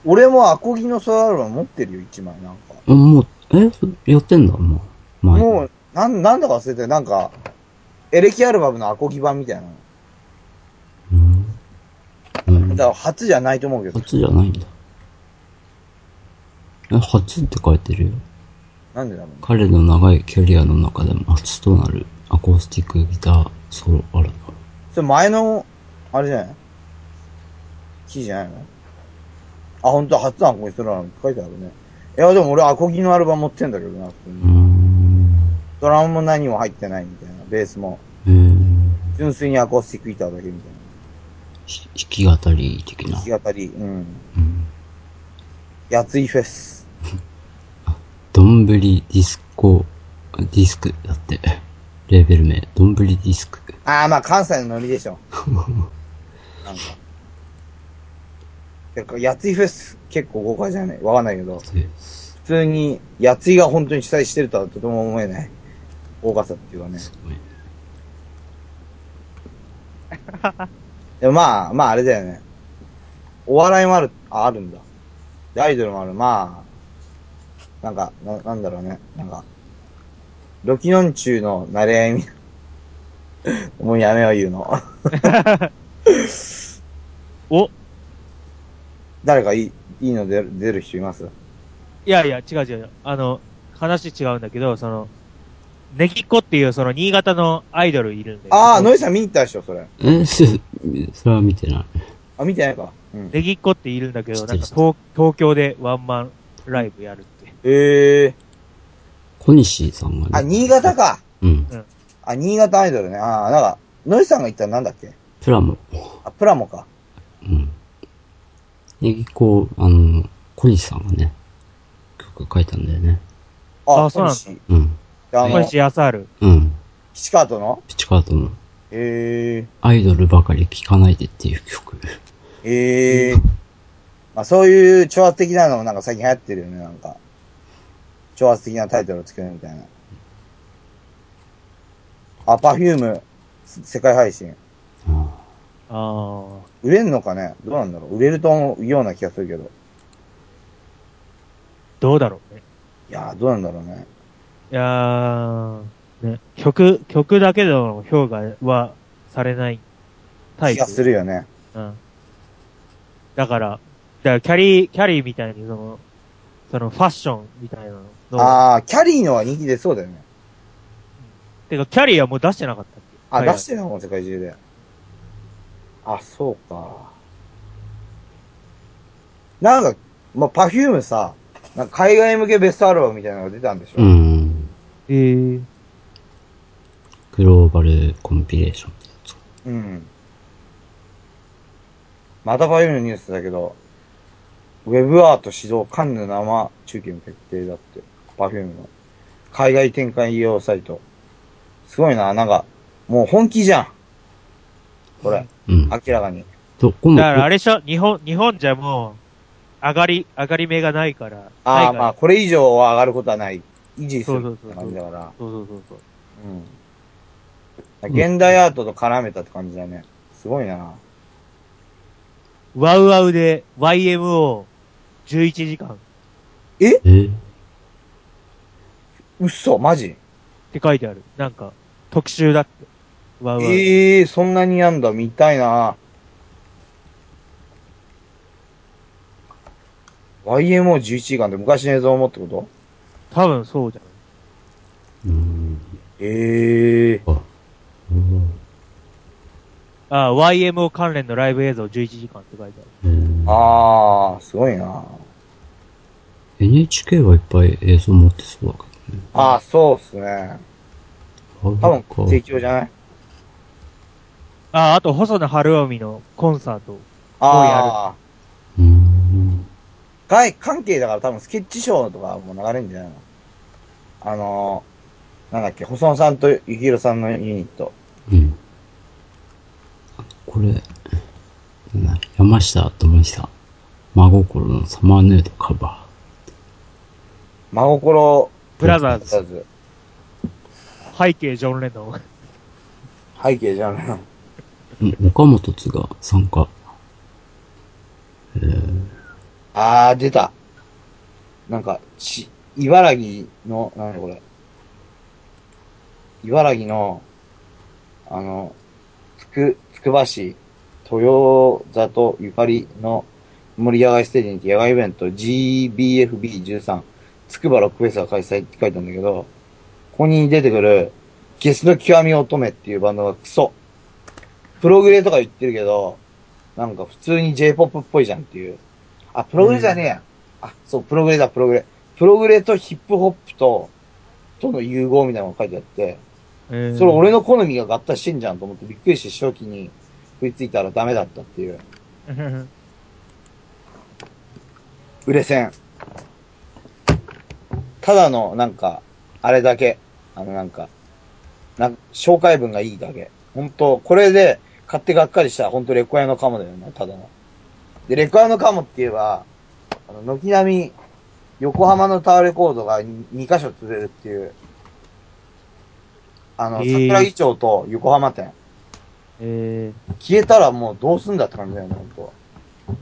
俺もアコギのソロアルバム持ってるよ、一枚、なんか。
あもう、え、そやってんだ、もう。前
もう、なん、なんだか忘れてる、なんか、エレキアルバムのアコギ版みたいなの。
うん。うん。
だから初じゃないと思うけど。
初じゃないんだ。え、初って書いてるよ。
なんでだろうね。
彼の長いキャリアの中でも初となるアコースティックギターソロアルバム。
それ前の、あれじゃないキーじゃないのあ、ほんと初のアコギソロアルバムって書いてあるね。いや、でも俺アコギのアルバム持ってんだけどな、普通
うー
に
ん。
ドラムも何も入ってないみたいな。ベースも。
えー、
純粋にアコースティックギターだけみたい
ひ弾き語り的な。
な。弾き語り。うん。
うん。
やついフェス。
どんぶりディスコ、ディスクだって。レーベル名、どんぶりディスク。
あー、まあ関西のノリでしょ。なんか。てか、やついフェス結構豪華じゃないわかんないけど。
そうです。
普通に、やついが本当に主催してるとはとても思えない。大かさっていうかね。
すごい。
でもまあ、まああれだよね。お笑いもある、あ、あるんだ。でアイドルもある。まあ、なんか、な、なんだろうね。なんか、ロキノン中の慣れ合いみたいな。もうやめよう言うの。
お、い
誰かいい、いいの出る、出る人います
やいや、違う違う。あの、話違うんだけど、その、ネギっ子っていう、その、新潟のアイドルいるんだよ。
ああ、ノイさん見に行ったでしょ、それ。
え、す、それは見てない。
あ、見てないか。うん。
ネギっ子っているんだけど、なんか
知って
東、東京でワンマンライブやるって。
ええ
小西さんがね。
あ、新潟か。
うん。
あ、新潟アイドルね。ああ、なんか、ノイさんが言ったらなんだっけ
プラモ。
あ、プラモか。
うん。で、結構、あの、小西さんがね、曲書いたんだよね。
あそうなんだ
ん
うん。
あ
小
の、
西康春。
うん。
ピチカートの
ピチカートの、
え
アイドルばかり聴かないでっていう曲。
えええまあそういう調圧的なのもなんか最近流行ってるよね、なんか。調圧的なタイトルをつけるみたいな。あ、パフューム、世界配信。
あ
ああ。
売れんのかねどうなんだろう売れると思うような気がするけど。
どうだろうね。
いやー、どうなんだろうね。
いやー、ね、曲、曲だけでの評価はされないタイ
気
プ
が。するよね。
うん。だから、だからキャリー、キャリーみたいにその、そのファッションみたいなの。
あー、キャリーのは人気出そうだよね。
てか、キャリーはもう出してなかったっけ
あ、
海外
出してるのも世界中で。あ、そうか。なんか、まあ、パフュームさ、なんか海外向けベストアルバムみたいなのが出たんでしょ、
あ。うん。
えー、
グローバルコンピレーションってやつ。
うん。またパフュームのニュースだけど、ウェブアート指導カンヌ生中継の決定だって。パフュームの。海外展開用サイト。すごいな、なんか、もう本気じゃん。これ、
うん。
明らかに。
と、今
だからあ
度、
れでしょ日本、日本じゃもう、上がり、上がり目がないから。
ああ、
海外
まあ、これ以上は上がることはない。維持する
そう
っ
そうそう
て感じだから。
そうそうそうそう。
うん。現代アートと絡めたって感じだね。すごいな。
ワウワウで YMO11 時間っ
えー
嘘マジ
て書いてある。なんか、特集だって。ワウワウ。
ええー、そんなにやんだ。見たいな。YMO11 時間で昔の映像もってこと
多分そうじゃん。
うん。
ええー。
あ、うん
ああ、YMO 関連のライブ映像11時間って書いてある。
えー
ああ、すごいな。
NHK はいっぱい映像持ってそうだけどね。
ああ、そうっすね。
多
多分、提供じゃない
ああ、あと、細野晴臣のコンサート。
ああ、
うん。
外関係だから多分スケッチショーとかも流れるんじゃないのあのー、なんだっけ、細野さんとゆきひろさんのユニット。
うん。これ、な山下智久、真心のサマーヌードカバ
真心
ブラザー
ブ
ズ
ラ。ズ。
背景ジョン・レノン。
背景じゃないの。
ー。うん岡本津が参加。えー、
あー、出た。なんか、ち、茨城の、なんだこれ。茨城の、あの、つく、つくば市、豊里ゆかりの森野外ステージにて野外イベント GBFB13、つくばロックフェスが開催って書いたんだけど、ここに出てくる、ゲスの極み乙女っていうバンドがクソ。プログレとか言ってるけど、なんか普通に J-POP っぽいじゃんっていう。あ、プログレじゃねえや。あ、そう、プログレだ、プログレ。プログレとヒップホップと、との融合みたいなのが書いてあって、
え ー
それ俺の好みが合体してんじゃんと思ってびっくりして初期に食いついたらダメだったっていう。売れ線。ただの、なんか、あれだけ。あの、なんか、なん紹介文がいいだけ。ほんと、これで買ってがっかりしたら、ほんとレコヤのカモだよね、ただの。で、レコヤのカモって言えば、あの、軒並み、横浜のタワーレコードが 2, 箇所潰れるっていう。あの、
えー
桜木町と横浜店。
え
消えたらもうどうすんだって感じだよね、ほんと。
ー、イ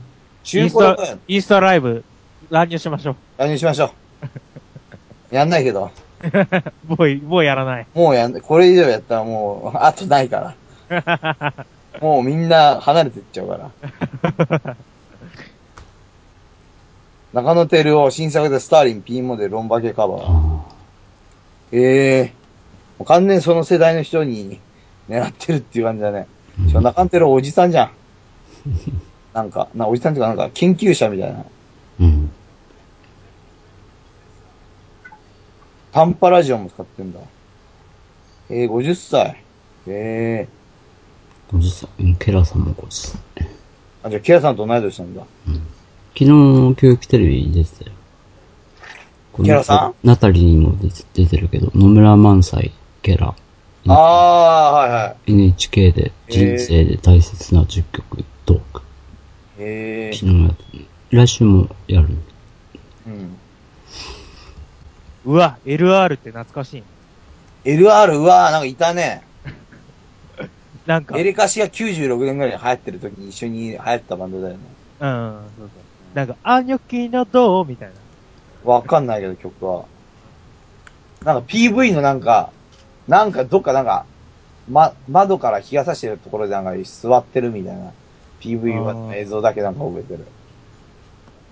中
ン
古
ス
だよ
タ、インスタライブ、乱入しましょ
乱入しましょう。 やんないけど。
う。 もう、もうやらない。
もうやん、これ以上やったらもう、あとないから。もうみんな離れてっちゃうから。中野テルを新作でスターリンピンモデルロンバケカバー。
あ
ええもう完全にその世代の人に狙ってるっていう感じだね。しかも中野テルおじさんじ ゃん。なんか、なおじさんっていうかなんか研究者みたいな。
ーうん。
タンパラジオも使ってんだ。ええ50歳。ええ
50歳。うんケラさんも50歳。
あ、じゃあ、ケアさんと同い年なんだ。
うん昨日、教育テレビに出てたよ。この
キャラさん
ナタリーにも出て出てるけど、野村萬斎キャラ。
ああ、はいは
NHK で人生で大切な10曲トーク。
い。へえ。
昨日やってね来週もやる。
うん。
うわ、LR って懐かしい。
LR、うわーなんかいたね。
なんか、
エレカシが96年ぐらいに流行ってる時に一緒に流行ったバンドだよね。
うん、そうそう。なんか、あニョキのどうみたいな。
わかんないけど曲は。なんか PV のなんか、なんかどっかなんか、ま、窓から日が差してるところでなんか座ってるみたいな PV は
あー
映像だけなんか覚えてる。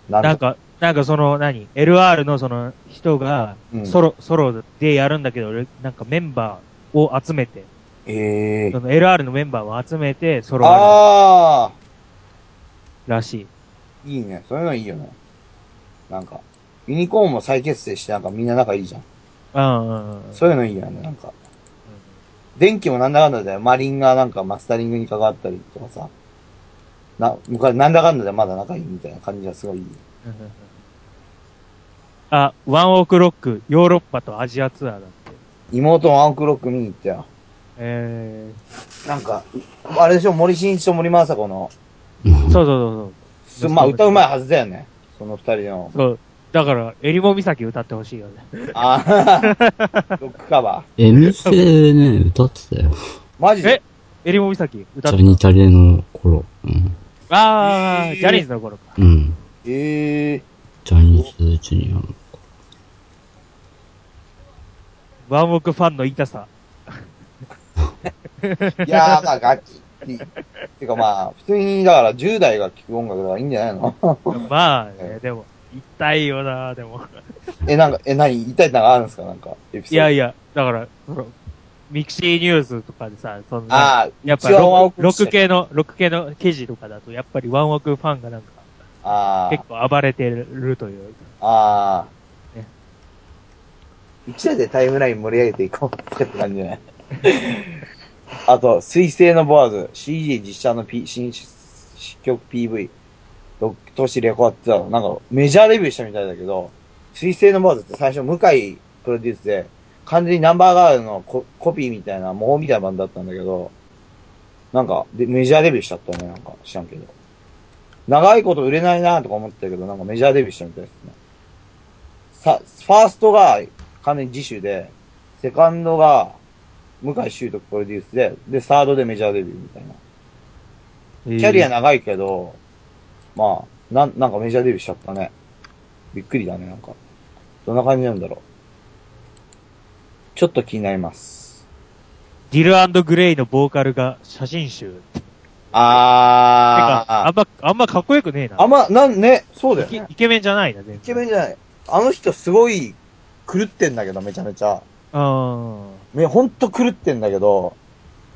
なん
なん
か、
か、なんかその、何 ?LR のその人が
う、ん
ソロ、ソロでやるんだけど、なんかメンバーを集めて、
ええ
その LR のメンバーを集めて、ソロやる
あ
らしい。
ーいいね。そういうのいいよね。なんか、ユニコーンも再結成してなんかみんな仲いいじゃん。
うんうんうん。
そういうのいいよね、なんか。電気もなんだかんだで、マリンがなんかマスタリングに関わったりとかさ、な、昔なんだかんだでまだ仲いいみたいな感じがすごいいい。
うんうんうんあ、ワンオークロック、ヨーロッパとアジアツアーだって。
妹のアンクロック見に行ったよ。
え
なんか、あれでしょ、森進一と森雅子の、
ー、そうそう
す
そうそう。
まあ歌うまいはずだよね。その二人の。
そう。だから、エリモ岬歌ってほしいよね。
あー ロックカバー。
MC でね、歌ってたよ。
マジで
えエリモ岬歌
ジ
って
ャニタレの頃。うん。
あー、
えー
ジャニーズの頃か。
うん。
ええ
ジャニーズジュニアの。
ワンオークファンの痛さ。
いやー、まあ楽器。てかまあ、普通に、だから10代が聴く音楽だからいいんじゃないの
まあね、でも、痛いよな、でも。
え、なんか、え、何言いたいなんかあるんですかなんか、エピソード。
いやい
や。
や、だから、その、ミクシーニュースとかでさ、その、
ああ、
やっぱ
一応ワンオ
ロ
ク
ック、ロッ
して
ク系の、ロック系の記事とかだと、やっぱりワンオクファンがなんか、
あ
結
ー
構暴れてるという。
あ
ね
ー。一台でタイムライン盛り上げていこうって感じじゃないあと、水星のボアーズ、CG 実写の、P、新新曲 PV、ロック都市レコアってたの、なんかメジャーレビューしたみたいだけど、水星のボアーズって最初向井プロデュースで、完全にナンバーガールのココピーみたいな、模倣みたいなバンドだったんだけど、なんか、で、メジャーデビューしちゃったね、なんか、知らんけど。長いこと売れないなとか思ってたけど、なんかメジャーデビューしたみたいですね。さ、ファーストが完全に自主で、セカンドが向井修徳プロデュースで、で、サードでメジャーデビューみたいな。
キ
キャリア長いけど、まあ、なん、なんかメジャーデビューしちゃったね。びっくりだね、なんか。どんな感じなんだろう。ちょっと気になります。
ディルグレイのボーカルが写真集。てか、あ
あ
んま、あんまかっこよくねえな。
ー。あんま、なんね、そうだ
イ
よね
ケ。イケメンじゃないな、全然。イ
イケメンじゃない。あの人すごい狂ってんだけど、めちゃめちゃ。
うん。
め、ほんと狂ってんだけど、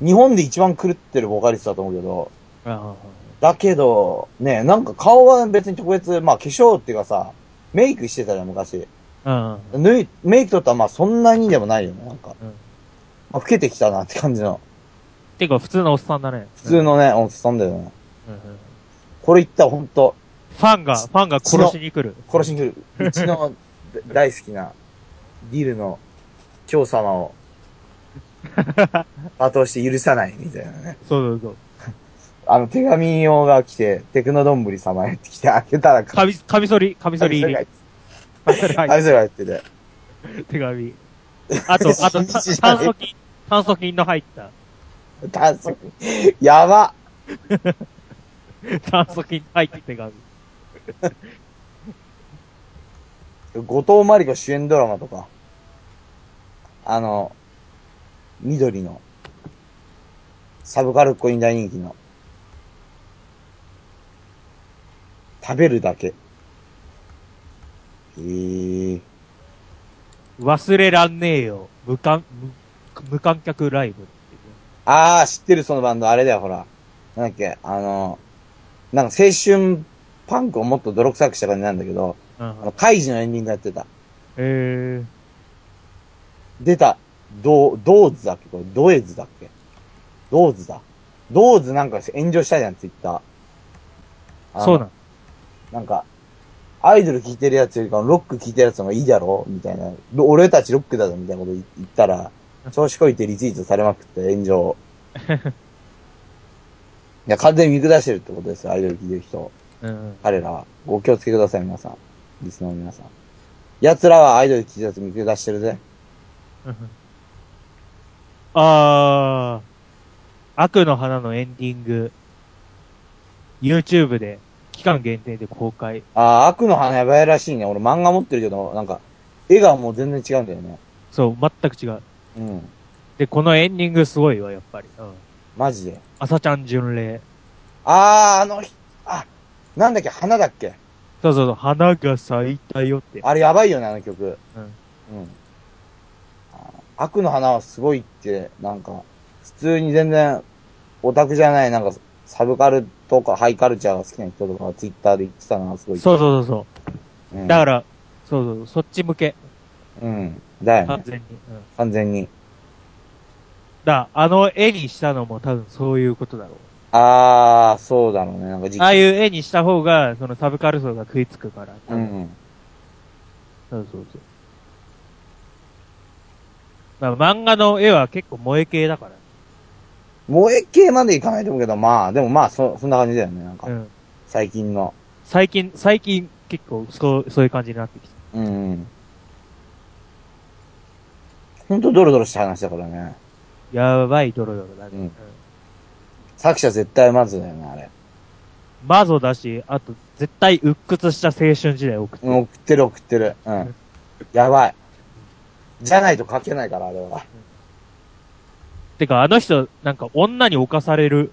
日本で一番狂ってるボーカリストだと思うけど、
あ
だけど、ね、なんか顔は別に特別、まあ化粧っていうかさ、メイクしてたじゃん、昔。
あ。うん。
ぬい、メイクとったらまあそんなにでもないよね、なんか。
うん
まあ、老けてきたなって感じの。
てか、普通のおっさんだね。
普通のね、おっさんだよね。
うん。うんうん
これ言ったらほんと、
ファンが、ファンが殺しに来る。
殺しに来る。うち の大好きな、ディルの、京様 を、罵倒して許さないみたいなね。
そうそうそう。
あの、手紙用が来て、テクノどんぶり様へって来て、開けたら、
カミ、カミソリ、カミソリ入り。カミソリ
あ
入
れそれ入ってて。
り。手紙。あと、あと、た
信じられ
炭
な
素
い
菌、炭素菌の入った。
短足。やば
炭素菌の入った手紙。
後藤真理子主演ドラマとか。あの、緑の、サブカルっ子に大人気の、食べるだけ。へえー。
忘れらんねえよ。無観、無無観客ライブっていう。
あー、知ってるそのバンド、あれだよ、ほら。なんだっけ、あの、なんか青春パンクをもっと泥臭くした感じなんだけど、
うん
あ
うん
の、。カイジのエンディングやってた。
えー。
出た、ドー、ドーズだっけこれ、ドエズだっけドーズだ。ドーズなんか炎上したじゃん、ツイッター。
そうなん
なんか、アイドル聴いてるやつよりかもロック聴いてるやつの方がいいだろみたいな。ロ俺たちロックだぞみたいなこと言言ったら、調子こいてリツイートされまくって炎上。いや、完全に見下してるってことですよ、アイドル聴いてる人。
うん。
彼らは。お気をつけください、皆さん。リスナーの皆さん。奴らはアイドル聴いてるやつ見下してるぜ。
あー、悪の花のエンディング、YouTube で、期間限定で公開。
ああ、悪の花やばいらしいね。俺漫画持ってるけど、なんか、絵がもう全然違うんだよね。
そう、全く違う。
うん。
で、このエンディングすごいわ、やっぱり。うん。
マジで。
朝ちゃん巡礼。
ああ、あのひ、あ、なんだっけ、花だっけ。
そうそうそう、花が咲いたよって。
あれやばいよね、あの曲。
うん。
うん。あ悪の花はすごいって、なんか、普通に全然、オタクじゃない、なんか、サブカルとかハイカルチャーが好きな人とかがツイッターで言ってたのがすごい。
そうそうそうそう。
う。ん、
だか。ら、そうそう、そっち向け、
うん。だよ
完
ね。
全に。うん。
完全に。
だ、あの絵にしたのも多分そういうことだろう。
ああ、そうだろうね。なんか実
ああいう絵にした方が、そのサブカル層が食いつくから。
う。ん。
そうそうそう。だから漫画の絵は結構萌え系だから。
萌え系までいかないと思うけど、まあ、でもまあ、そ、そんな感じだよね。なんか
う、ん。
最近の。
最近、最近結構そう、そういう感じになってきた。
うん。ほんとドロドロした話だからね。
やばいドロドロだね。
うん作者絶対まずだよね、あれ。
マゾだし、あと、絶対鬱屈した青春時代を送って
うん送ってる送ってる。うん。やばい。じゃないと書けないから、あれは。
てか、あの人、なんか女に侵される、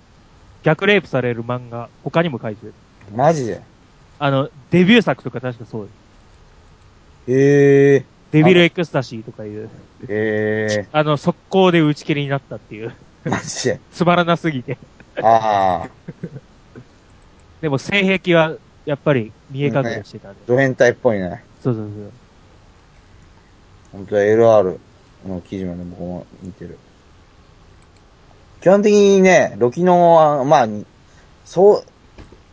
逆レイプされる漫画、他にも書いてる。
マジで。
あの、デビュー作とか確かそうです。
へえ。
デビルエクスタシーとかいう、
へ
あの、速攻で打ち切りになったっていう。
え。マジで。
つまらなすぎて。
ああ。
でも、性癖は、やっぱり、見え隠れしてたんで。
ド変態っぽいね。
そうそうそう。
ほんとだ LR の記事まで僕も見てる。基本的にね、ロキノは、まあ、にそう、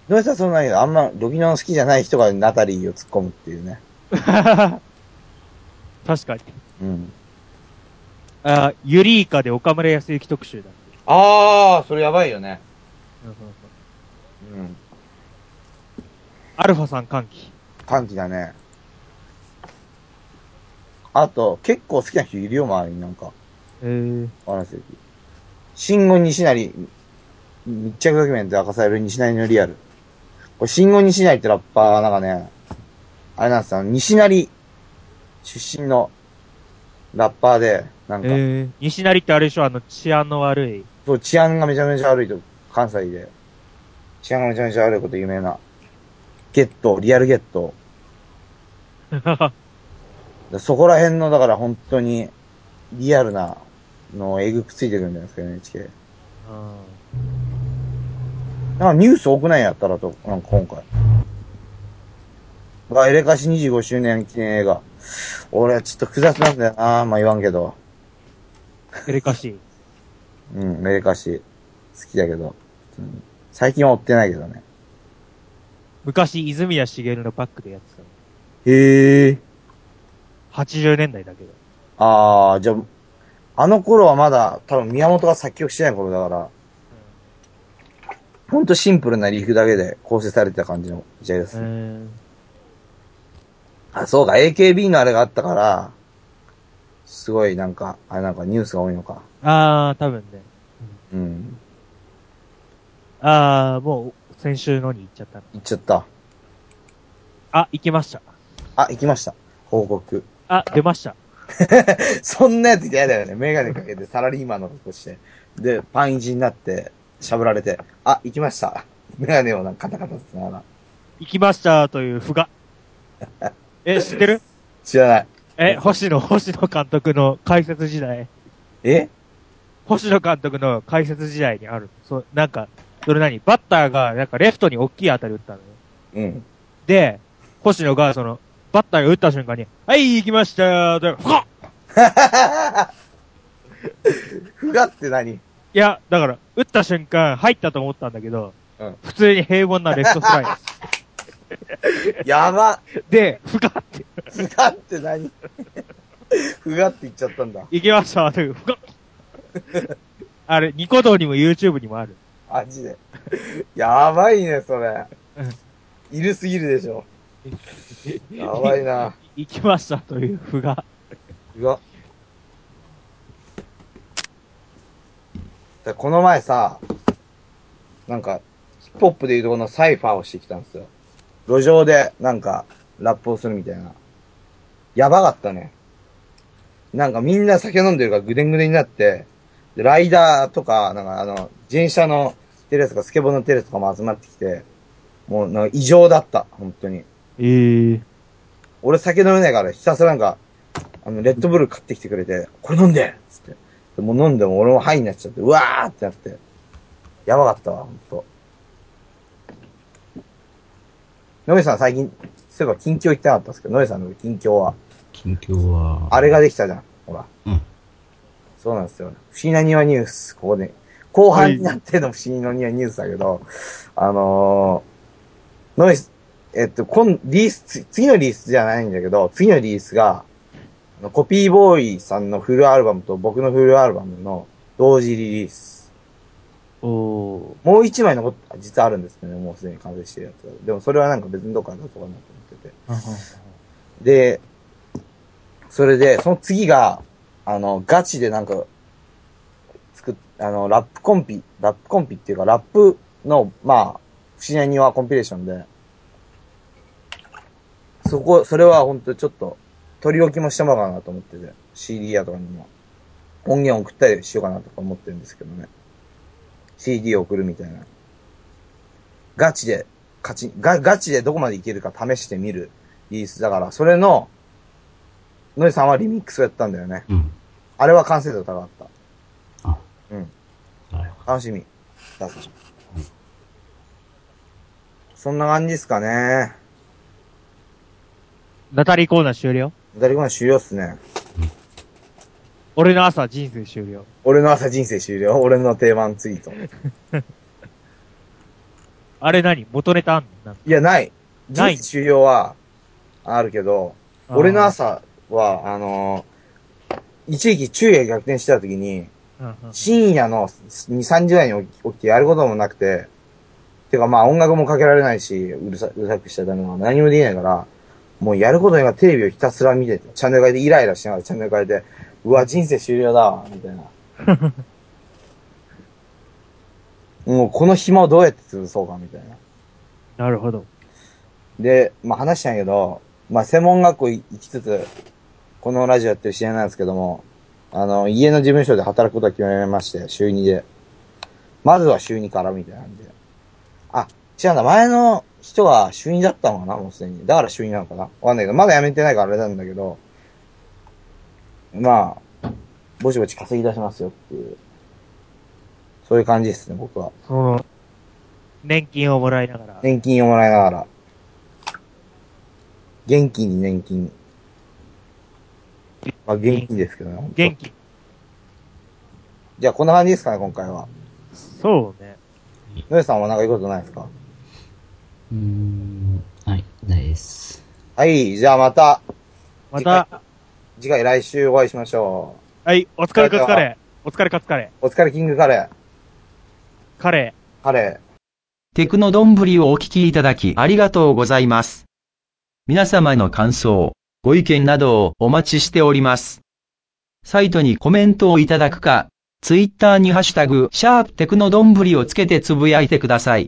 どうしたらそうなんだけど、あんまロキノ好きじゃない人がナタリーを突っ込むっていうね。
確かに。
うん。
あ、ユリーカで岡村康之特集だって。
ああ、それやばいよね。
うん。
アルファさん歓喜。
歓喜だね。あと、結構好きな人いるよ、周りになんか。
えー、
話してる時。新語西成、密着ドキュメントで明かされる西成のリアル。これ、新語西成ってラッパーがなんかね、あれなんですよ、西成出身のラッパーで、なんか、
えー、西成ってあれでしょあの、治安の悪い。
そう、治安がめちゃめちゃ悪いと、関西で。治安がめちゃめちゃ悪いこと有名な。ゲット、リアルゲット。でそこら辺の、だから本当に、リアルな、の、えぐくついてくるんじゃないですか、NHK。
うん
なんかニュース多くないやったらと、なんか今回。が、エレカシ25周年記念映画。俺はちょっと複雑なんだよなまあ言わんけど。
エレカシー。
うん、エレカシ。好きだけど。うん最近は追ってないけどね。
昔、泉谷しげるのバックでやってたの。
へえ。
80年代だけど。
あー、じゃあ、あの頃はまだ、多分宮本が作曲してない頃だから、ほんとシンプルなリフだけで構成されてた感じの時代ですね。
え
あ、そうか、AKB のあれがあったから、すごいなんか、あれなんかニュースが多いのか。
ー、あー、多分ね。
うん。
あー、もう、先週のに行っちゃったな
行っちゃった。
あ、行きました。
あ、行きました。報告。
あ、出ました。
そんなやつ嫌だよね。メガネかけてサラリーマンの格好して。で、パンイジになって、しゃぶられて、あ、行きました。メガネをなんかカタカタつながら。
行きましたという符が。え、知ってる
知らない。
え、星野、星野監督の解説時代。
え
星野監督の解説時代にある。そう、なんか、それ何バッターが、なんかレフトに大きい当たり打ったのよ。
うん。
で、星野が、その、バッターが打った瞬間に、はい、行きましたーで、ふかっ
ふがって何
いや、だから、打った瞬間、入ったと思ったんだけど、
うん
普通に平凡なレフトフライです。
やば
で、ふかって、
ふがって何ふがって言っちゃったんだ。
行きました、ふかっあれ、ニコ動にも YouTube にもある。
マジで。やばいね、それ
うん。
いるすぎるでしょ。やばいな。
行きましたというふが。
うわ。だこの前さ、なんか、ヒップホップでいうとこのサイファーをしてきたんですよ。路上で、なんか、ラップをするみたいな。やばかったね。なんかみんな酒飲んでるからぐでんぐでんになって、でライダーとか、なんかあの、自転車のテレスとかスケボーのテレスとかも集まってきて、もうなんか異常だった、本当に。
ええ
俺酒飲めないから、ひたすらなんか、あの、レッドブル買ってきてくれて、これ飲んでっつって。でもう飲んでも俺もハイになっちゃって、うわーってなって。やばかったわ、ほんと。のべさん最近、そういえば近況行ってなかったんですけど、のべさんの近況は、
近況は、
あれができたじゃん、ほら。
うん。
そうなんですよ。不思議な庭ニュース、ここで。後半になっての不思議な庭ニュースだけど、あのー、ノイス、えっと、今、リース、つ次のリリースじゃないんだけど、次のリリースが、あのコピーボーイさんのフルアルバムと僕のフルアルバムの同時リリース。
お
もう一枚残っ実はあるんですけどね、もうすでに完成してるやつが。でもそれはなんか別のどっかに出そうかなと思ってて。で、それで、その次が、あの、ガチでなんか、作っ、あの、ラップコンピ、ラップコンピっていうか、ラップの、まあ、不思議な庭コンピレーションで、そこ、それは本当ちょっと、取り置きもしてもらおうかなと思ってて、CD やとかにも、音源送ったりしようかなとか思ってるんですけどね。CD を送るみたいな。ガチで、勝ち、ガガチでどこまでいけるか試してみるリリースだから、それの、のりさんはリミックスをやったんだよね。
うん。
あれは完成度高かっ
あ、
うん。
なるほ
た。楽しみ。だからそんな感じですかね。
ナタリーコーナー終了
誰かの終了っすね。
俺の朝人生終了。
俺の朝人生終了。俺の定番ツイート。
あれ何元ネタあんのなんか
いや、ない。
ない
人生終了は、あるけど、俺の。朝は、あのー一時期昼夜逆転してた時に、
あーうんうん
深夜の2、3時代に起き起きてやることもなくて、てかまあ音楽もかけられないし、うるさうるさくしちゃダメなの何もできないから、もうやることないからテレビをひたすら見てて、チャンネル変えてイライラしながらチャンネル変えて、うわ、人生終了だわ、みたいな。 もうこの暇をどうやって潰そうか、みたいな。
なるほど。
で、まあ話したんやけど、まあ専門学校行きつつ、このラジオやってる試合なんですけども、あの、家の事務所で働くことが決められまして、週2で。まずは週2からみたいなんで。あ、違うんだ、前の人は週2だったのかな、もうすでに。だから週2なのかな。わかんないけど、まだ辞めてないからあれなんだけど、まあ、ぼちぼち稼ぎ出しますよっていう。そういう感じですね、僕は。
その、年金をもらいながら。
年金をもらいながら。元気に年金。まあ、現金ですけどね。本当
元気。
じゃあ、こんな感じですかね、今回は。
そうね。
のえさんはなんか言うことないですか
ど。うーん。はい、ないです。
はい、じゃあまた、
また、
次回来週お会いしましょ
はい、お疲れカツカレー。お疲れカツカレ
う。お疲れキングカレ
ー。カレー。
ー。カレー。
テクノどんぶりをお聞きいただきありがとうございます。皆様の感想、ご意見などをお待ちしております。サイトにコメントをいただくか、ツイッターにハッシュタグ、シャープテクノどんぶりをつけてつぶやいてください。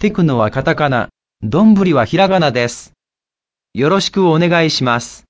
テクノはカタカナ、どんぶりはひらがなです。よろしくお願いします。